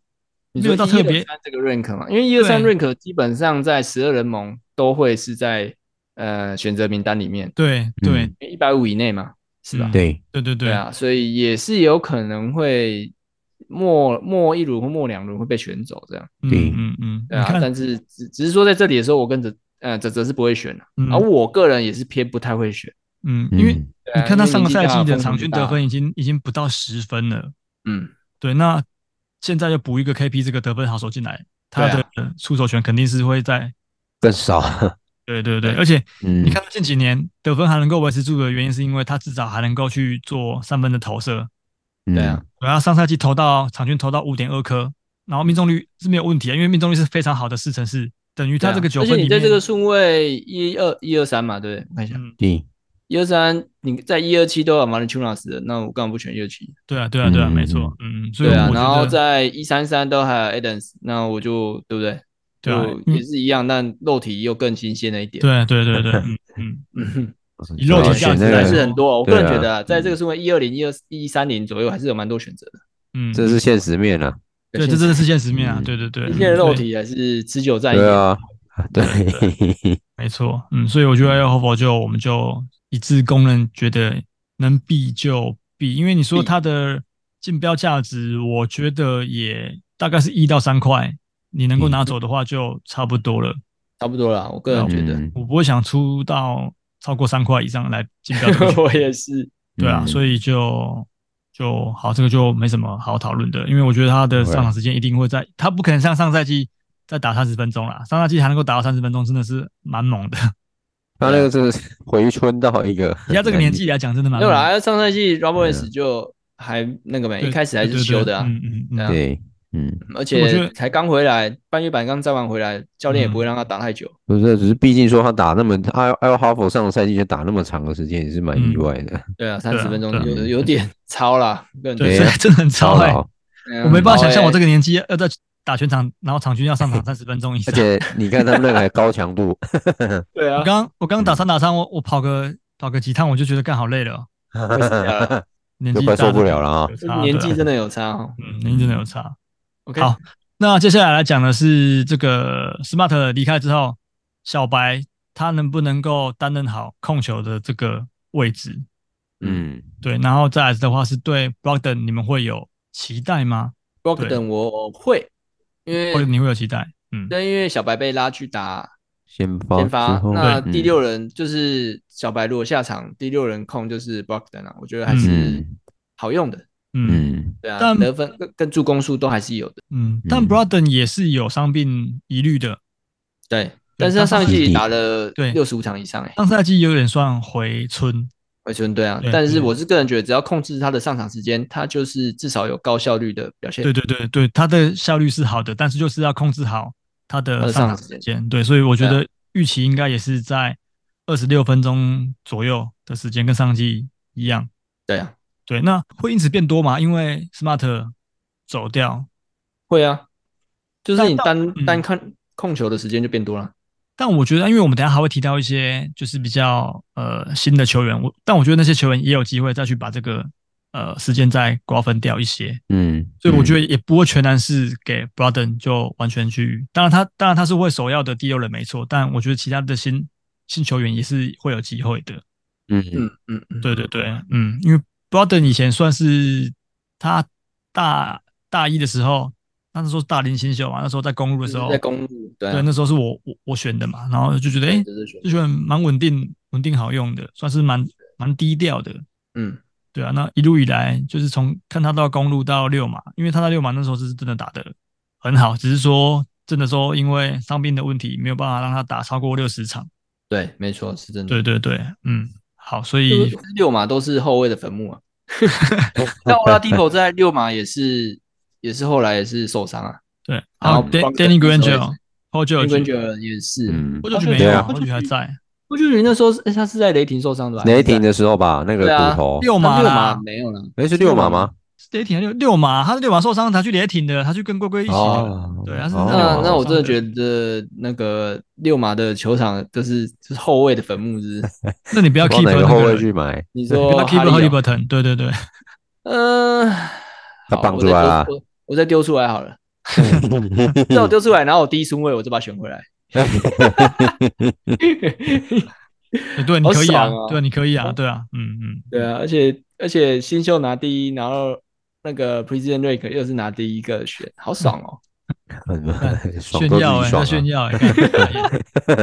[SPEAKER 3] 你
[SPEAKER 4] 没
[SPEAKER 3] 说
[SPEAKER 4] 有到特
[SPEAKER 3] 123
[SPEAKER 4] 别，
[SPEAKER 3] 这个 rank 嘛，因为一二三
[SPEAKER 4] 对
[SPEAKER 3] rank 基本上在十二人盟都会是在呃选择名单里面，
[SPEAKER 4] 对对
[SPEAKER 2] 嗯
[SPEAKER 3] 一百五以内嘛。是吧？
[SPEAKER 4] 嗯
[SPEAKER 2] 对，
[SPEAKER 4] 对对对
[SPEAKER 3] 对，啊，所以也是有可能会末末一轮或末两轮会被选走这样。
[SPEAKER 4] 嗯
[SPEAKER 2] 对
[SPEAKER 4] 嗯嗯，
[SPEAKER 3] 对
[SPEAKER 4] 你
[SPEAKER 3] 啊，
[SPEAKER 4] 看，
[SPEAKER 3] 但是只只是说在这里的时候，我跟泽呃泽泽是不会选的、
[SPEAKER 4] 嗯
[SPEAKER 3] 而我个人也是偏不太会选。
[SPEAKER 4] 嗯，
[SPEAKER 2] 嗯
[SPEAKER 4] 因为
[SPEAKER 3] 对啊
[SPEAKER 4] 你看他上个赛季
[SPEAKER 3] 因
[SPEAKER 4] 的
[SPEAKER 3] 为年纪大
[SPEAKER 4] 场均得
[SPEAKER 3] 风
[SPEAKER 4] 分已经已经不到十分了，
[SPEAKER 3] 嗯，
[SPEAKER 4] 对，那现在又补一个 KP 这个得分好手进来，他
[SPEAKER 3] 对
[SPEAKER 4] 的
[SPEAKER 3] 啊
[SPEAKER 4] 出手权肯定是会在，
[SPEAKER 2] 更少。
[SPEAKER 4] 对对对，而且
[SPEAKER 2] 嗯，
[SPEAKER 4] 你看他近几年得分还能够维持住的原因，是因为他至少还能够去做三分的投射，
[SPEAKER 2] 嗯，
[SPEAKER 3] 对啊
[SPEAKER 4] 然后上赛季投到场均投到五点二颗，然后命中率是没有问题啊，因为命中率是非常好的四成四，等于
[SPEAKER 3] 对
[SPEAKER 4] 他
[SPEAKER 3] 啊
[SPEAKER 4] 这个九
[SPEAKER 3] 而且
[SPEAKER 4] 分里
[SPEAKER 3] 你在
[SPEAKER 4] 面，
[SPEAKER 3] 这个顺位一二一二三嘛，对不对？我看一下
[SPEAKER 4] 嗯
[SPEAKER 2] 对，
[SPEAKER 3] 一二三，你在一二七都有马林丘纳斯的，那我干嘛不选一二七？
[SPEAKER 4] 对啊对啊对啊，
[SPEAKER 2] 嗯
[SPEAKER 4] 没错，嗯，所以
[SPEAKER 3] 对
[SPEAKER 4] 我
[SPEAKER 3] 啊，
[SPEAKER 4] 觉
[SPEAKER 3] 然后
[SPEAKER 4] 得
[SPEAKER 3] 在一三三都还有 Adams，那我就对不对？
[SPEAKER 4] 对啊
[SPEAKER 3] 就
[SPEAKER 4] 因为
[SPEAKER 3] 也是一样，但肉体又更新鲜了一点。
[SPEAKER 4] 对对对 对，嗯嗯，
[SPEAKER 3] 嗯哼，
[SPEAKER 4] 以肉体
[SPEAKER 2] 对啊
[SPEAKER 4] 价
[SPEAKER 2] 选
[SPEAKER 4] 值
[SPEAKER 2] 那
[SPEAKER 4] 来
[SPEAKER 3] 还
[SPEAKER 2] 个
[SPEAKER 4] 说
[SPEAKER 3] 是很多啊。我个人
[SPEAKER 2] 对啊
[SPEAKER 3] 觉得啊，在这个顺位一二零、一二一三零左右，还是有蛮多选择的。
[SPEAKER 4] 嗯，
[SPEAKER 2] 这是现实面啊。
[SPEAKER 4] 对，这真的是现实 面啊，
[SPEAKER 2] 嗯
[SPEAKER 4] 对对对，
[SPEAKER 3] 一些肉
[SPEAKER 4] 对，
[SPEAKER 3] 体还是持久战役。
[SPEAKER 2] 对啊，对，
[SPEAKER 4] 没错，嗯，所以我觉得 h o f 就我们就一致公认，觉得能避就避，因为你说
[SPEAKER 3] 避
[SPEAKER 4] 它的竞标价值，我觉得也大概是一到三块，你能够
[SPEAKER 3] 嗯
[SPEAKER 4] 拿走的话就差不多了，
[SPEAKER 3] 差不多啦，我个人觉得，
[SPEAKER 2] 嗯
[SPEAKER 4] 我不会想出到超过三块以上来竞标这个 球
[SPEAKER 3] 我
[SPEAKER 4] 员，
[SPEAKER 3] 也是，
[SPEAKER 4] 对啊，
[SPEAKER 2] 嗯
[SPEAKER 4] 所以就。就好，这个就没什么好讨论的，因为我觉得他的
[SPEAKER 2] 对啊
[SPEAKER 4] 上场时间一定会在，他不可能像上赛季再打三十分钟啦，上赛季还能够打到三十分钟，真的是蛮猛的。
[SPEAKER 2] 他那个真的是 回春到一个，
[SPEAKER 4] 以他这个年纪来讲，真的蛮
[SPEAKER 3] 没有啦，上赛季
[SPEAKER 2] 对啊
[SPEAKER 3] Roberts 就还那个没，哎一开始还是修的啊，
[SPEAKER 4] 对对对嗯嗯嗯，
[SPEAKER 3] 对啊
[SPEAKER 2] 对，嗯，
[SPEAKER 3] 而
[SPEAKER 4] 我觉
[SPEAKER 3] 且
[SPEAKER 4] 得
[SPEAKER 3] 才刚回来，半月板刚站完回来，教练也
[SPEAKER 4] 嗯
[SPEAKER 3] 不会让他打太久。
[SPEAKER 2] 不是，只是毕竟说他打那么艾艾哈佛上个赛季就打那么长的时间，也是蛮意外的。
[SPEAKER 3] 对啊，
[SPEAKER 4] 啊
[SPEAKER 3] 三十分钟
[SPEAKER 4] 对啊
[SPEAKER 3] 有有点 超啦，个人觉
[SPEAKER 4] 对，所
[SPEAKER 2] 对
[SPEAKER 4] 以
[SPEAKER 3] 得
[SPEAKER 2] 啊
[SPEAKER 4] 真的很超哎、
[SPEAKER 2] 老
[SPEAKER 3] 嗯
[SPEAKER 4] 我没办法想象我
[SPEAKER 3] 超
[SPEAKER 4] 这
[SPEAKER 3] 欸
[SPEAKER 4] 个年纪呃要在打全场，然后场均要上 场三十分钟以上
[SPEAKER 2] 而。且你看他们那个还高 强度，
[SPEAKER 3] 对
[SPEAKER 4] 我
[SPEAKER 3] 啊，
[SPEAKER 4] 刚我
[SPEAKER 2] 嗯
[SPEAKER 4] 刚打三打三，我我跑个跑个几趟，我就觉得干好累了哦， 年纪
[SPEAKER 2] 就快
[SPEAKER 4] 大
[SPEAKER 2] 受不了了啊
[SPEAKER 4] 有
[SPEAKER 3] 这
[SPEAKER 4] 差对啊
[SPEAKER 3] 年纪真的有差哦。
[SPEAKER 4] 嗯，年纪真的有差。
[SPEAKER 3] OK，
[SPEAKER 4] 好那接下来来讲的是这个 Smart 离开之后，小白他能不能够担任好控球的这个位置？
[SPEAKER 2] 嗯，
[SPEAKER 4] 对，然后再来的话是对 Brogden，你们会有期待吗？
[SPEAKER 3] b r o g d o n 我会，因为
[SPEAKER 4] 或者你会有期待？嗯，
[SPEAKER 3] 但因为小白被拉去打
[SPEAKER 2] 先发
[SPEAKER 3] 先发
[SPEAKER 2] 哦之，后
[SPEAKER 3] 那
[SPEAKER 2] 嗯
[SPEAKER 3] 第六人就是小白，如果下场第六人控就是 Brockton 啊，我觉得还是
[SPEAKER 2] 嗯
[SPEAKER 3] 好用的，
[SPEAKER 4] 嗯
[SPEAKER 2] 嗯
[SPEAKER 3] 对啊，
[SPEAKER 4] 但
[SPEAKER 3] 得分跟跟助攻数都还是有的，
[SPEAKER 4] 嗯，但
[SPEAKER 2] 嗯
[SPEAKER 4] Broden 也是有伤病疑虑的，
[SPEAKER 3] 对。但是他上一季打了
[SPEAKER 4] 对
[SPEAKER 3] 六十五场以上、欸，哎，
[SPEAKER 4] 上赛季有点算回春。
[SPEAKER 3] 回春对啊
[SPEAKER 4] 对。嗯
[SPEAKER 3] 但是我是个人觉得，只要控制他的上场时间，他就是至少有高效率的表现。
[SPEAKER 4] 对对对对，他的效率是好的，但是就是要控制好他
[SPEAKER 3] 他
[SPEAKER 4] 的
[SPEAKER 3] 的
[SPEAKER 4] 呃上
[SPEAKER 3] 上
[SPEAKER 4] 场
[SPEAKER 3] 场
[SPEAKER 4] 时
[SPEAKER 3] 时
[SPEAKER 4] 间。对，啊所以我觉
[SPEAKER 3] 对
[SPEAKER 4] 得预期应该也是在二十六分钟左右的时间，跟上季一样。
[SPEAKER 3] 对啊，
[SPEAKER 4] 对，那会因此变多吗？因为 Smart 走掉，
[SPEAKER 3] 会啊，就是你
[SPEAKER 4] 但
[SPEAKER 3] 单
[SPEAKER 4] 嗯
[SPEAKER 3] 单看控球的时间就变多了。
[SPEAKER 4] 但我觉得，因为我们等一下还会提到一些就是比较呃新的球员，我但我觉得那些球员也有机会再去把这个呃时间再瓜分掉一些。
[SPEAKER 2] 嗯，
[SPEAKER 4] 所以我觉
[SPEAKER 2] 得
[SPEAKER 4] 得也不会全然是给 Broden 就完全去，当然他当然他是会首要的第六人没错，但我觉得其他的新新球员也是会有机会的。
[SPEAKER 2] 嗯
[SPEAKER 3] 嗯嗯嗯，
[SPEAKER 4] 对对对，嗯，因为 Broden 以前算是他大大一的时候，那时候是大龄新秀嘛，那时候在公路的
[SPEAKER 3] 就是
[SPEAKER 4] 时候，
[SPEAKER 3] 嗯在公路，对
[SPEAKER 4] 对
[SPEAKER 3] 啊，
[SPEAKER 4] 那时候是我我我选的嘛，然后就觉得诶，
[SPEAKER 3] 对就是选
[SPEAKER 4] 这球员蛮稳定稳定好用的，算是蛮蛮低调的。
[SPEAKER 3] 嗯，
[SPEAKER 4] 对啊，那一路以来就是从看他到公路到六马，因为他在六马那时候是真的打的很好，只是说真的说因为伤病的问题没有办法让他打超过六十场。
[SPEAKER 3] 对，没错，是真的。
[SPEAKER 4] 对对对，嗯，好，所
[SPEAKER 3] 就
[SPEAKER 4] 以
[SPEAKER 3] 是六马都是后卫的坟墓 啊。那 Oladipo 在六马也是也是后来也是受伤啊
[SPEAKER 4] 对，还
[SPEAKER 3] 然
[SPEAKER 4] 有
[SPEAKER 3] 后
[SPEAKER 4] Dan-
[SPEAKER 3] Brogdon
[SPEAKER 4] Danny
[SPEAKER 3] 那时候也
[SPEAKER 4] Granger、后
[SPEAKER 3] ，Green
[SPEAKER 4] 就
[SPEAKER 3] g r
[SPEAKER 4] 啊就
[SPEAKER 3] a n g e r 也是。
[SPEAKER 2] 嗯，
[SPEAKER 4] 后就
[SPEAKER 3] 对
[SPEAKER 4] 没有，
[SPEAKER 2] 啊
[SPEAKER 4] 后就还在
[SPEAKER 3] 我就觉得那时候是，哎，他是在雷霆受伤的吧？
[SPEAKER 2] 雷霆的时候吧，哦那个
[SPEAKER 3] 对啊
[SPEAKER 2] 骨头，
[SPEAKER 4] 六
[SPEAKER 3] 六
[SPEAKER 4] 马
[SPEAKER 3] 马六马
[SPEAKER 4] 啦，
[SPEAKER 3] 没有了，
[SPEAKER 2] 哎是六马吗？
[SPEAKER 4] 是雷霆还是六六马，他是六马受伤，他去雷霆的，他去跟龟龟一起的。
[SPEAKER 2] 哦，
[SPEAKER 4] 对他是
[SPEAKER 3] 那
[SPEAKER 4] 哦
[SPEAKER 3] 那我真的觉得那个六马的球场就是就是后卫的坟墓，是不是？
[SPEAKER 4] 那你不要
[SPEAKER 2] 往
[SPEAKER 4] keep
[SPEAKER 2] 哪个
[SPEAKER 4] 那
[SPEAKER 2] 后
[SPEAKER 4] 个
[SPEAKER 2] 卫
[SPEAKER 4] 人，
[SPEAKER 2] 去买？
[SPEAKER 3] 你
[SPEAKER 4] 不
[SPEAKER 3] 说
[SPEAKER 4] 要 keep
[SPEAKER 3] 哈利哦
[SPEAKER 4] Haliburton，对对对，
[SPEAKER 3] 嗯，
[SPEAKER 2] 他啊
[SPEAKER 3] 好
[SPEAKER 2] 绑
[SPEAKER 3] 我
[SPEAKER 2] 出
[SPEAKER 3] 再
[SPEAKER 2] 来
[SPEAKER 3] 丢
[SPEAKER 2] 啦
[SPEAKER 3] 我我再丢出来 好了，那我丢出来，然后我第一顺位我就把它选回来。
[SPEAKER 4] 欸对，你可以
[SPEAKER 3] 好
[SPEAKER 4] 啊，
[SPEAKER 3] 爽啊
[SPEAKER 4] 对，你可以啊，对啊，嗯嗯，
[SPEAKER 3] 对啊，而且而且新秀拿第一，然后那个 President Rick 又是拿第一个选，好爽哦！
[SPEAKER 2] 很很 爽
[SPEAKER 4] 炫
[SPEAKER 2] 都自
[SPEAKER 4] 耀
[SPEAKER 2] 己
[SPEAKER 4] 哎，
[SPEAKER 2] 爽
[SPEAKER 4] 在
[SPEAKER 2] 啊，
[SPEAKER 4] 炫耀哎，干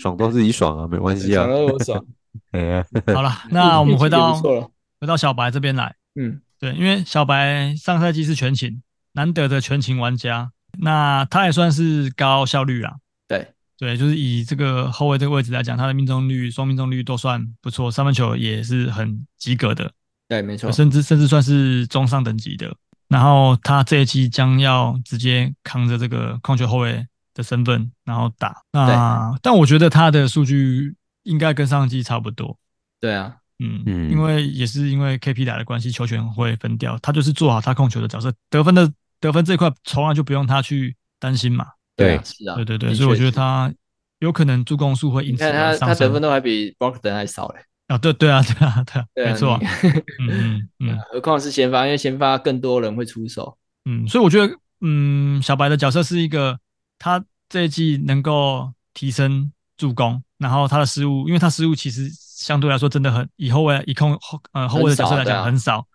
[SPEAKER 2] 爽都自己爽啊，没关系啊
[SPEAKER 3] 想。到我 爽。
[SPEAKER 2] 哎呀，
[SPEAKER 4] 好了，那我们回
[SPEAKER 3] 嗯运气也
[SPEAKER 4] 到
[SPEAKER 3] 不错了，
[SPEAKER 4] 回到小白这边来，
[SPEAKER 3] 嗯，
[SPEAKER 4] 对，因为小白上赛季是全勤，难得的全勤玩家，那他也算是高效率啦。
[SPEAKER 3] 对，
[SPEAKER 4] 对，就是以这个后卫这个位置来讲，他的命中率、双命中率都算不错，三分球也是很及格的，
[SPEAKER 3] 对，没错，
[SPEAKER 4] 甚至甚至算是中上等级的。然后他这一季将要直接扛着这个控球后卫的身份，然后打。那但我觉得他的数据应该跟上季差不多，
[SPEAKER 3] 对啊，
[SPEAKER 4] 嗯，
[SPEAKER 2] 嗯
[SPEAKER 4] 因为也是因为 KP 打的关系，球权会分掉，他就是做好他控球的角色，得分的得分这一块从来就不用他去担心嘛。
[SPEAKER 2] 对
[SPEAKER 3] 啊，是啊，
[SPEAKER 4] 对对
[SPEAKER 3] 的
[SPEAKER 4] 对，
[SPEAKER 3] 确
[SPEAKER 4] 所以我觉得
[SPEAKER 3] 是，
[SPEAKER 4] 他有可能助攻数会因
[SPEAKER 3] 你
[SPEAKER 4] 此
[SPEAKER 3] 看
[SPEAKER 4] 而
[SPEAKER 3] 他他
[SPEAKER 4] 上
[SPEAKER 3] 得
[SPEAKER 4] 升
[SPEAKER 3] 分都还比 Brockton 还少嘞，
[SPEAKER 4] 啊，对对啊，对啊，对啊，
[SPEAKER 3] 对啊
[SPEAKER 4] 没错啊，
[SPEAKER 3] 你
[SPEAKER 4] 嗯嗯 嗯
[SPEAKER 3] 何况是先发，因为先发更多人会出手，
[SPEAKER 4] 嗯，所以我觉得，嗯，小白的角色是一个他这一季能够提升助攻，然后他的失误，因为他失误其实相对来说真的很以后卫以控后呃后卫的角色来
[SPEAKER 3] 很
[SPEAKER 4] 讲
[SPEAKER 3] 少
[SPEAKER 4] 很少，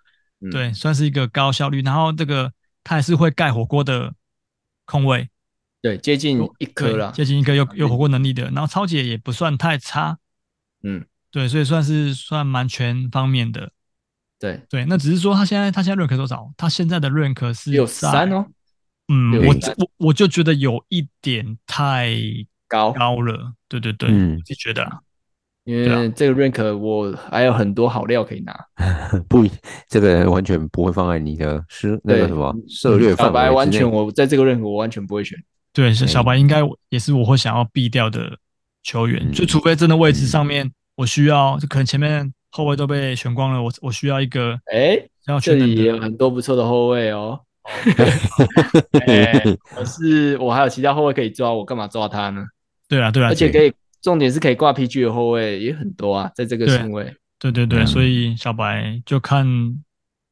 [SPEAKER 3] 嗯
[SPEAKER 4] 对，算是一个高效率，然后这个他还是会盖火锅的控卫，
[SPEAKER 3] 对，接近一颗
[SPEAKER 4] 对，
[SPEAKER 3] 啦，
[SPEAKER 4] 接近一个有有火锅能力的，然后超姐也不算太差，
[SPEAKER 3] 嗯，
[SPEAKER 4] 对，所以算是算蛮全方面的。
[SPEAKER 3] 对，
[SPEAKER 4] 对，那只是说他现在他现在 rank 多少？他现在的 rank 是
[SPEAKER 3] 有三
[SPEAKER 4] 在，
[SPEAKER 3] 哦，
[SPEAKER 4] 嗯，
[SPEAKER 3] 有
[SPEAKER 4] 我
[SPEAKER 3] 三
[SPEAKER 4] 我我就觉得有一点太
[SPEAKER 3] 高，
[SPEAKER 4] 高了，对对对，
[SPEAKER 2] 嗯
[SPEAKER 4] 我就觉得啊
[SPEAKER 3] 因
[SPEAKER 4] 对啊
[SPEAKER 3] 为这个 rank 我还有很多好料可以拿，
[SPEAKER 2] 不，这个完全不会放在你的是那个
[SPEAKER 3] 对
[SPEAKER 2] 什么策略
[SPEAKER 3] 嗯小
[SPEAKER 2] 范围
[SPEAKER 3] 白
[SPEAKER 2] 之
[SPEAKER 3] 完
[SPEAKER 2] 内
[SPEAKER 3] 全我在这个 rank 我完全不会选，
[SPEAKER 4] 对，是
[SPEAKER 2] 哎
[SPEAKER 3] 嗯
[SPEAKER 4] 小白应该也是我会想要避掉的球员，
[SPEAKER 2] 嗯
[SPEAKER 4] 就除非真的位置上面我需要，就可能前面后卫都被选光了，我我需要一个
[SPEAKER 3] 哎，
[SPEAKER 2] 哦
[SPEAKER 4] 要
[SPEAKER 3] 这
[SPEAKER 4] 全能
[SPEAKER 3] 里也有
[SPEAKER 4] 的，
[SPEAKER 3] 很多不错的后卫哦。哎我是我还有其他后卫可以抓，我干嘛抓他呢？
[SPEAKER 4] 对啊对啊，
[SPEAKER 3] 而且可以，重点是可以挂 PG 的后卫也很多啊，在这个
[SPEAKER 4] 对
[SPEAKER 3] 顺位。
[SPEAKER 4] 对对对，
[SPEAKER 2] 嗯
[SPEAKER 4] 所以小白就看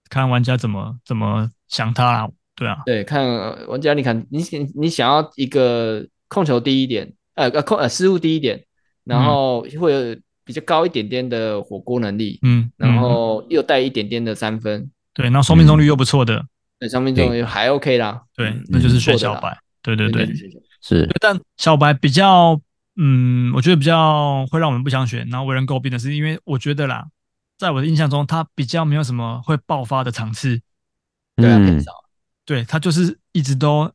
[SPEAKER 4] 看玩家怎么怎么想他啦，对啊，
[SPEAKER 3] 对，看呃玩家，你看你想你想要一个控球低一点，呃呃控呃失误低一点，
[SPEAKER 2] 嗯
[SPEAKER 3] 然后会有比较高一点点的火锅能力，
[SPEAKER 4] 嗯，
[SPEAKER 3] 然
[SPEAKER 4] 嗯
[SPEAKER 3] 后又带一点点的三分，
[SPEAKER 4] 对，然后双命中率又不错的，
[SPEAKER 3] 对，上面中也还 OK 啦。
[SPEAKER 4] 对
[SPEAKER 3] 嗯，
[SPEAKER 4] 那就是选
[SPEAKER 3] 不错
[SPEAKER 4] 小
[SPEAKER 3] 的啦
[SPEAKER 4] 白，对对对，
[SPEAKER 3] 对
[SPEAKER 2] 是
[SPEAKER 4] 但小白比较，嗯，我觉得比较会让我们不想选，然后为人诟病的是，因为我觉得啦，在我的印象中，他比较没有什么会爆发的场次，
[SPEAKER 3] 对啊，
[SPEAKER 2] 嗯
[SPEAKER 3] 很，少。
[SPEAKER 4] 对他就是一直都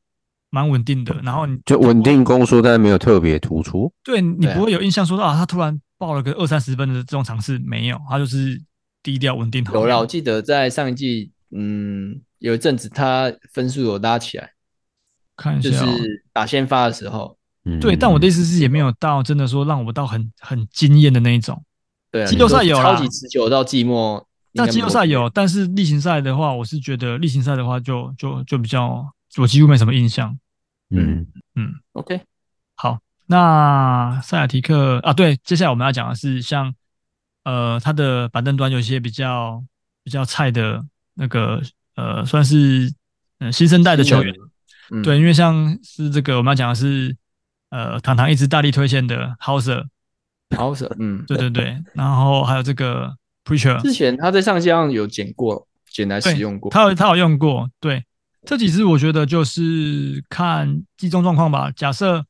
[SPEAKER 4] 蛮稳定的，然后你
[SPEAKER 2] 就稳定攻速，但是没有特别突出。
[SPEAKER 4] 对你
[SPEAKER 3] 对啊
[SPEAKER 4] 不会有印象说到啊，他突然爆了个二三十分的这种场次没有，他就是低调稳定好。
[SPEAKER 3] 有啦，我记得在上一季，嗯，有一阵子他分数有拉起来，
[SPEAKER 4] 看一
[SPEAKER 3] 就
[SPEAKER 4] 下、哦，
[SPEAKER 3] 是打先发的时候，
[SPEAKER 2] 嗯，
[SPEAKER 4] 对，但我的意思是也没有到真的说让我到很很惊艳的那一种。
[SPEAKER 3] 对啊，
[SPEAKER 4] 季后赛有啦
[SPEAKER 3] 超级持久到季末。
[SPEAKER 4] 那
[SPEAKER 3] 应该
[SPEAKER 4] 季
[SPEAKER 3] 没
[SPEAKER 4] 后赛有，但是例行赛的话，我是觉得例行赛的话就就就比较，我几乎没什么印象。
[SPEAKER 2] 嗯，
[SPEAKER 3] OK，
[SPEAKER 4] 好，那塞尔提克啊，对，接下来我们要讲的是像呃，他的板凳端有一些比较比较菜的那个呃，算是呃新生代的球员，
[SPEAKER 3] 嗯
[SPEAKER 4] 对，因为像是这个我们要讲的是呃，糖糖一直大力推荐的 Hauser，
[SPEAKER 3] 好舍，嗯，
[SPEAKER 4] 对对对，然后还有这个 Preacher，
[SPEAKER 3] 之前他在上项有捡过，捡来
[SPEAKER 4] 对
[SPEAKER 3] 使用过。
[SPEAKER 4] 他有他有用过。对，这几支我觉得就是看季中状况吧。假设，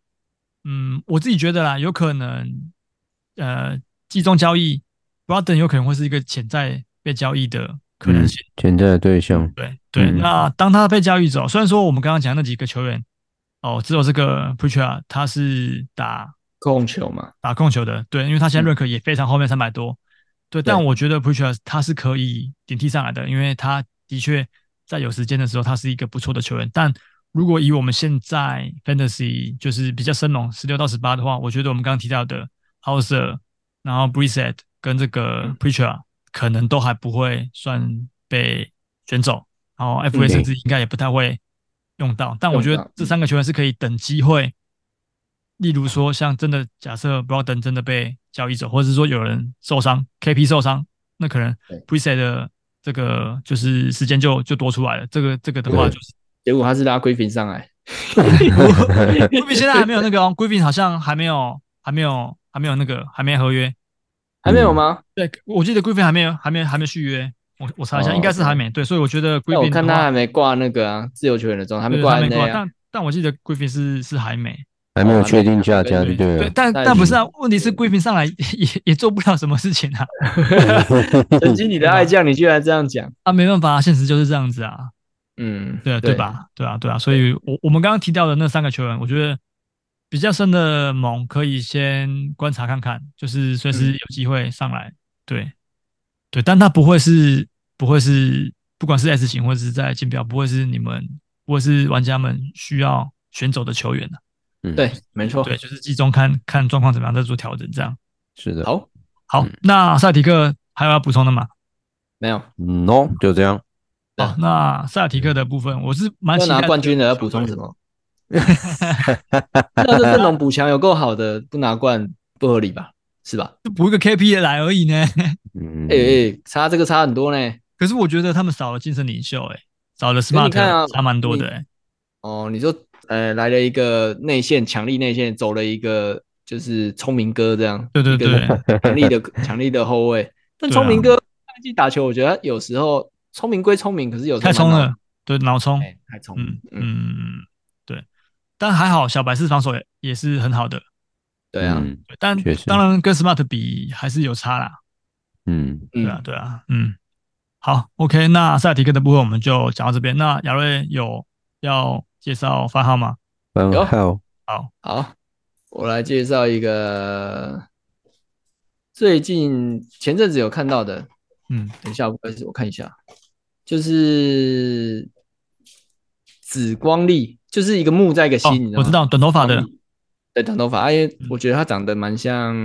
[SPEAKER 4] 嗯，我自己觉得啦，有可能，呃，季中交易 b r o d e n 有可能会是一个潜在被交易的可能性。
[SPEAKER 2] 潜在的对象，
[SPEAKER 4] 对对，
[SPEAKER 2] 嗯
[SPEAKER 4] 那当他被交易走，虽然说我们刚刚讲那几个球员，哦，只有这个 Preacher 他是打
[SPEAKER 3] 控球嘛，
[SPEAKER 4] 打控球的，对，因为他现在 rank 也非常后面三百多，对，但
[SPEAKER 3] 对
[SPEAKER 4] 我觉得 Preacher 他是可以顶替上来的，因为他的确在有时间的时候，他是一个不错的球员。但如果以我们现在 Fantasy 就是比较深龙十六到十八的话，我觉得我们刚刚提到的 Hauser，然后 Brissett 跟这个
[SPEAKER 3] 嗯
[SPEAKER 4] Preacher 可能都还不会算被选走，然后 FA
[SPEAKER 2] 嗯
[SPEAKER 4] 甚至应该也不太会用到。但我觉
[SPEAKER 3] 用
[SPEAKER 4] 得
[SPEAKER 3] 到
[SPEAKER 4] 这
[SPEAKER 3] 嗯
[SPEAKER 4] 三个球员是可以等机会，例如说像真的假设 Broden 真的被交易走，或者是说有人受伤，KP 受伤，那可能
[SPEAKER 3] 对
[SPEAKER 4] p r e s e t 的这个就是时间就就多出来了。这个这个的话
[SPEAKER 2] 对
[SPEAKER 4] 就是。
[SPEAKER 3] 结果他是拉龟平上来，
[SPEAKER 4] Griffin 现在还没有那个哦，Griffin 好像还没有，还没有，还没有那个，还没合约。
[SPEAKER 3] 还没有吗？
[SPEAKER 4] 对，我记得 Griffin 还没有，还没还没续约，我我查一下，
[SPEAKER 3] 哦
[SPEAKER 4] 应该是还没。对，所以我觉得
[SPEAKER 3] 那
[SPEAKER 4] Griffin
[SPEAKER 3] 我看
[SPEAKER 4] 的
[SPEAKER 3] 他
[SPEAKER 4] 话
[SPEAKER 3] 还没挂那个啊，自由球员的状态，还没
[SPEAKER 4] 对
[SPEAKER 3] 挂
[SPEAKER 4] 还没
[SPEAKER 3] NA
[SPEAKER 4] 挂，
[SPEAKER 3] 啊。
[SPEAKER 4] 但但我记得 Griffin 是是还没。
[SPEAKER 2] 还没有
[SPEAKER 3] 哦
[SPEAKER 2] 确定下
[SPEAKER 3] 对
[SPEAKER 2] 家就
[SPEAKER 4] 对
[SPEAKER 2] 对了。
[SPEAKER 4] 但
[SPEAKER 3] 那
[SPEAKER 4] 但
[SPEAKER 3] 已
[SPEAKER 4] 不是
[SPEAKER 3] 经
[SPEAKER 4] 啊，问题是 Griffin 上来也也做不了什么事情啊，
[SPEAKER 3] 曾经你的爱将，你居然这样讲，
[SPEAKER 4] 啊，没办法啊，现实就是这样子啊，
[SPEAKER 3] 嗯，
[SPEAKER 4] 对啊对？吧？对啊对啊，所以我我们刚刚提到的那三个球员，我觉得比较深的猛可以先观察看看，就是随时有机会上来，对对，但他不会是不会是不管是 S 型或者是在竞标，不会是你们不会是玩家们需要选走的球员的、啊
[SPEAKER 2] 嗯
[SPEAKER 3] 对，，没错。
[SPEAKER 4] 对，就是集中看看状况怎么样再做调整，这样。
[SPEAKER 2] 是的。
[SPEAKER 3] 好，
[SPEAKER 4] 好
[SPEAKER 2] 嗯，
[SPEAKER 4] 那赛提克还有要补充的吗？
[SPEAKER 3] 没有，
[SPEAKER 2] 嗯哦，就这样。
[SPEAKER 3] 对嗯
[SPEAKER 4] 好，哦那塞尔提克的部分，我是蛮
[SPEAKER 3] 要
[SPEAKER 4] 期待
[SPEAKER 3] 拿
[SPEAKER 4] 这
[SPEAKER 3] 冠军
[SPEAKER 4] 个
[SPEAKER 3] 的要
[SPEAKER 4] 球
[SPEAKER 3] 补充
[SPEAKER 4] 队
[SPEAKER 3] 什么？ 那这阵容补强有够好的，不拿冠不合理吧？是吧？
[SPEAKER 4] 就补一个 KP 来而已呢。
[SPEAKER 2] 嗯，
[SPEAKER 3] 哎、哎、差这个差很多呢。
[SPEAKER 4] 可是我觉得他们少了精神领袖、欸，哎，少了
[SPEAKER 3] 为
[SPEAKER 4] Smart，
[SPEAKER 3] 你看啊
[SPEAKER 4] 差蛮多的、欸。
[SPEAKER 3] 哦，你说呃来了一个内线强力内线，走了一个就是聪明哥这样，
[SPEAKER 4] 对对对
[SPEAKER 3] 一个 强力的强力的后卫。但
[SPEAKER 4] 对啊
[SPEAKER 3] 聪明哥上一季打球，我觉得他有时候聪明归聪明，可是有时
[SPEAKER 4] 太
[SPEAKER 3] 候
[SPEAKER 4] 冲
[SPEAKER 3] 蛮
[SPEAKER 4] 了，对，脑冲
[SPEAKER 3] 脑，，哎，太冲了
[SPEAKER 4] 嗯，
[SPEAKER 3] 嗯，
[SPEAKER 4] 嗯，对。但还好，小白是防守也也是很好的，
[SPEAKER 3] 对啊，
[SPEAKER 2] 嗯
[SPEAKER 4] 对但
[SPEAKER 2] 确实
[SPEAKER 4] 当然跟 Smart 比还是有差啦。
[SPEAKER 2] 嗯，
[SPEAKER 4] 对啊
[SPEAKER 3] 嗯，，
[SPEAKER 4] 对啊，嗯，好，OK，那塞尔提克的部分我们就讲到这边。那亚瑞有要介绍番号吗？
[SPEAKER 2] 番
[SPEAKER 3] 有
[SPEAKER 2] 号
[SPEAKER 4] 好，
[SPEAKER 3] 好，我来介绍一个最近前阵子有看到的，
[SPEAKER 4] 嗯，
[SPEAKER 3] 等一下，我我看一下，就是紫光力，就是一个木在一个心，
[SPEAKER 4] 哦
[SPEAKER 3] 你知道，吗
[SPEAKER 4] 我知道短头发的，嗯
[SPEAKER 3] 对，短头发，哎，我觉得他长得蛮像，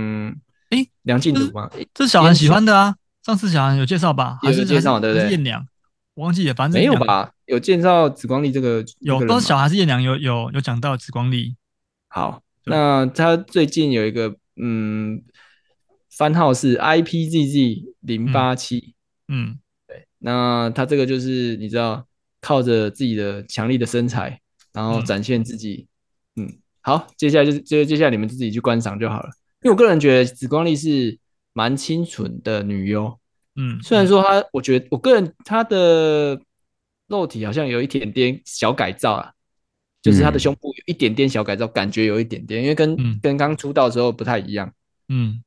[SPEAKER 4] 诶
[SPEAKER 3] 梁静茹嘛，
[SPEAKER 4] 这是小韩喜欢的啊，上次小韩有介绍吧？还
[SPEAKER 3] 有
[SPEAKER 4] 是
[SPEAKER 3] 介绍对不对
[SPEAKER 4] 还是艳良，我忘记了，反正
[SPEAKER 3] 没有
[SPEAKER 4] 艳良？
[SPEAKER 3] 吧？有介绍紫光力这个，这
[SPEAKER 4] 有，
[SPEAKER 3] 个人
[SPEAKER 4] 都是
[SPEAKER 3] 吗
[SPEAKER 4] 小韩是艳良有有有讲到紫光力，
[SPEAKER 3] 好，
[SPEAKER 4] 对
[SPEAKER 3] 那他最近有一个，嗯，番号是 IPZZ 零八七，
[SPEAKER 4] 嗯，
[SPEAKER 3] 那他这个就是你知道，靠着自己的强力的身材，然后展现自己，嗯，好，接下来就是接接下来你们自己去观赏就好了，因为我个人觉得紫光力是蛮清纯的女优。
[SPEAKER 4] 嗯，
[SPEAKER 3] 虽然说他，我觉得我个人他的肉体好像有一点点小改造啊，就是他的
[SPEAKER 2] 嗯
[SPEAKER 3] 胸部有一点点小改造，感觉有一点点，因为跟、
[SPEAKER 4] 嗯
[SPEAKER 3] 跟刚出道的时候不太一样。
[SPEAKER 4] 嗯，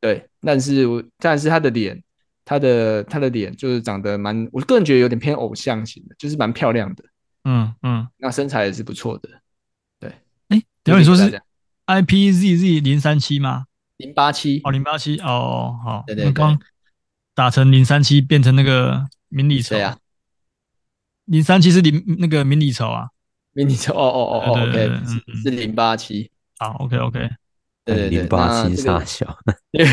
[SPEAKER 3] 对，但是我但是他的脸，他的他的脸就是长得蛮，我个人觉得有点偏偶像型的，就是蛮漂亮的，
[SPEAKER 4] 嗯嗯嗯，
[SPEAKER 3] 那身材也是不错的。
[SPEAKER 4] 哎，等会你说
[SPEAKER 3] 就是
[SPEAKER 4] 是 IPZZ 零三七吗？
[SPEAKER 3] 零八七
[SPEAKER 4] 哦，，零八七，哦，好，
[SPEAKER 3] 对对
[SPEAKER 4] 我
[SPEAKER 3] 对
[SPEAKER 4] 刚打成零三七变成那个名里仇
[SPEAKER 3] 谁啊？
[SPEAKER 4] 零三七是零那个名里仇啊，
[SPEAKER 3] 迷你车，哦哦哦哦
[SPEAKER 4] 对对对
[SPEAKER 3] ，OK，
[SPEAKER 4] 对嗯嗯
[SPEAKER 3] 是是零八七，
[SPEAKER 4] 好，OK OK，
[SPEAKER 3] 对对对，
[SPEAKER 2] 零八七
[SPEAKER 3] 那这个
[SPEAKER 2] 傻小，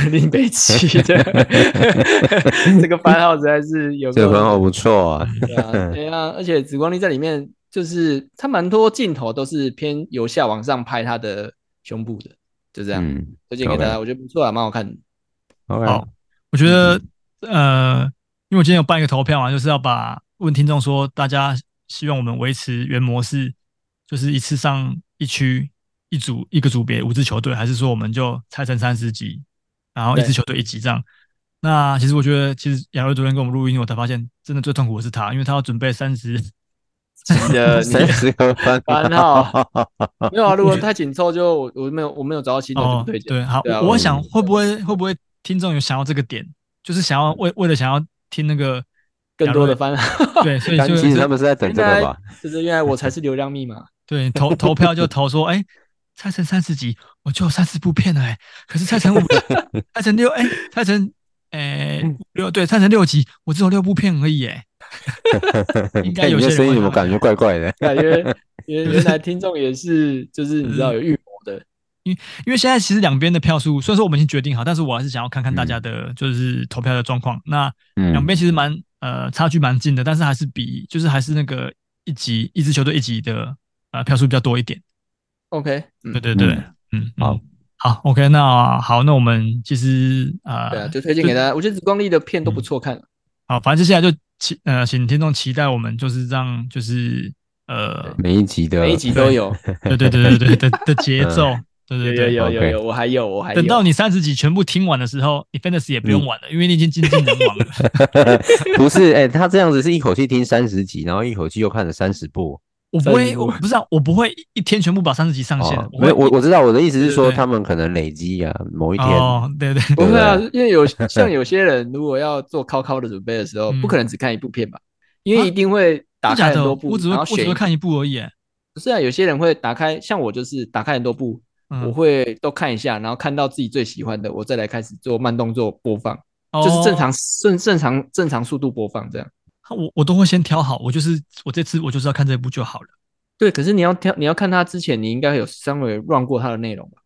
[SPEAKER 3] 林北七的 这个番号实在是有
[SPEAKER 2] 这
[SPEAKER 3] 够
[SPEAKER 2] 个番号不错啊。
[SPEAKER 3] 对啊，对啊，而且紫光力在里面就是他蛮多镜头都是偏由下往上拍他的胸部的，就这样。
[SPEAKER 2] 嗯，啊
[SPEAKER 3] 推荐给大家，我觉得不错啊，蛮好看的。
[SPEAKER 4] 好
[SPEAKER 2] OK，
[SPEAKER 4] 我觉得、
[SPEAKER 3] 嗯
[SPEAKER 4] 呃，因为我今天有办一个投票嘛，就是要把问听众说，大家希望我们维持原模式，就是一次上一区一组一个组别五支球队，还是说我们就拆成三十集，然后一
[SPEAKER 3] 对
[SPEAKER 4] 支球队一集这样？那其实我觉得，其实杨瑞昨天跟我们录音，我才发现真的最痛苦的是他，因为他要准备三十，
[SPEAKER 3] 你的
[SPEAKER 2] 三十个番
[SPEAKER 3] 番
[SPEAKER 2] 号
[SPEAKER 3] 号，没有啊？如果太紧凑，就我我没有我没有找到新的，我就
[SPEAKER 4] 哦
[SPEAKER 3] 不推，荐。
[SPEAKER 4] 对，好，
[SPEAKER 3] 对啊
[SPEAKER 4] 我
[SPEAKER 3] 我
[SPEAKER 4] 我想会不会会不会听众有想要这个点，就是想要为为了想要听那 个
[SPEAKER 3] 更多的番 号，
[SPEAKER 4] 对，所以
[SPEAKER 2] 但
[SPEAKER 4] 就
[SPEAKER 2] 其实
[SPEAKER 4] 就
[SPEAKER 2] 他们是在 等这个吧？
[SPEAKER 3] 就是原来我才是流量密码。
[SPEAKER 4] 对，投投票就投说，哎、拆成三十集，我就有三十部片了、哎，可是拆成五， 拆成六，哎、拆成，哎、
[SPEAKER 2] 嗯
[SPEAKER 4] 五六，对，拆成六集，我只有六部片而已、哎，应该
[SPEAKER 2] 看
[SPEAKER 4] 有
[SPEAKER 2] 你
[SPEAKER 4] 些
[SPEAKER 2] 的
[SPEAKER 4] 人
[SPEAKER 2] 声音
[SPEAKER 4] 会
[SPEAKER 2] 怎么
[SPEAKER 4] 这样
[SPEAKER 2] 感觉怪怪的？
[SPEAKER 3] 感觉原原来听众也是，就是你知
[SPEAKER 2] 嗯
[SPEAKER 3] 道有预谋的，
[SPEAKER 4] 因为现在其实两边的票数，虽然说我们已经决定好，但是我还是想要看看大家的，就是投票的状况。那两
[SPEAKER 2] 嗯，
[SPEAKER 4] 边其实蛮呃差距蛮近的，但是还是比就是还是那个一集一支球队一集的呃票数比较多一点。
[SPEAKER 3] OK，
[SPEAKER 4] 对
[SPEAKER 3] 嗯，
[SPEAKER 4] 对对，
[SPEAKER 2] 嗯
[SPEAKER 4] 嗯，嗯
[SPEAKER 2] 好。
[SPEAKER 4] 好，OK，那好，那我们其实呃，
[SPEAKER 3] 对啊，就推荐给大家。我觉得紫光力的片都不错看，啊
[SPEAKER 4] 好，反正接下来就期呃，请听众期待我们就是让就是呃，
[SPEAKER 2] 每一集的
[SPEAKER 3] 每一集都有。
[SPEAKER 4] 对对对对对的的节奏，对
[SPEAKER 3] 有
[SPEAKER 4] 对
[SPEAKER 3] 有
[SPEAKER 4] 对。
[SPEAKER 3] 有有
[SPEAKER 2] 啊 OK
[SPEAKER 3] 有，我还有我还有。
[SPEAKER 4] 等到你三十集全部听完的时候，你 fantasy 也不
[SPEAKER 3] 嗯
[SPEAKER 4] 用玩了，因为你已经精尽人亡 了。
[SPEAKER 2] 不是，哎、他这样子是一口气听三十集，然后一口气又看了三十部。
[SPEAKER 4] 我不会，
[SPEAKER 3] 30
[SPEAKER 4] 我不是啊，我不会一一天全部把三十集上线
[SPEAKER 2] 哦。
[SPEAKER 4] 会
[SPEAKER 2] 没有，我我知道我的意思是说，
[SPEAKER 4] 对对
[SPEAKER 2] 他们可能累积啊，某一天，
[SPEAKER 4] 哦，对对，
[SPEAKER 3] 不会啊
[SPEAKER 2] 对，
[SPEAKER 3] 因为有像有些人如果要做靠靠的准备的时候，
[SPEAKER 4] 嗯
[SPEAKER 3] 不可能只看一部片吧，因
[SPEAKER 4] 啊
[SPEAKER 3] 为一定会打
[SPEAKER 4] 不假
[SPEAKER 3] 开很
[SPEAKER 4] 的，
[SPEAKER 3] 多部，
[SPEAKER 4] 我只会
[SPEAKER 3] 然后
[SPEAKER 4] 我只
[SPEAKER 3] 选
[SPEAKER 4] 会
[SPEAKER 3] 一
[SPEAKER 4] 看一部而已耶。
[SPEAKER 3] 不是啊，有些人会打开，像我就是打开很多部，
[SPEAKER 4] 嗯
[SPEAKER 3] 我会都看一下，然后看到自己最喜欢的，我再来开始做慢动作播放，
[SPEAKER 4] 哦
[SPEAKER 3] 就是正常顺正常正常速度播放这样。
[SPEAKER 4] 我我都会先挑好，我就是我这次我就是要看这部就好了。
[SPEAKER 3] 对，可是你要挑你要看他之前，你应该有稍微 run 过他的内容吧？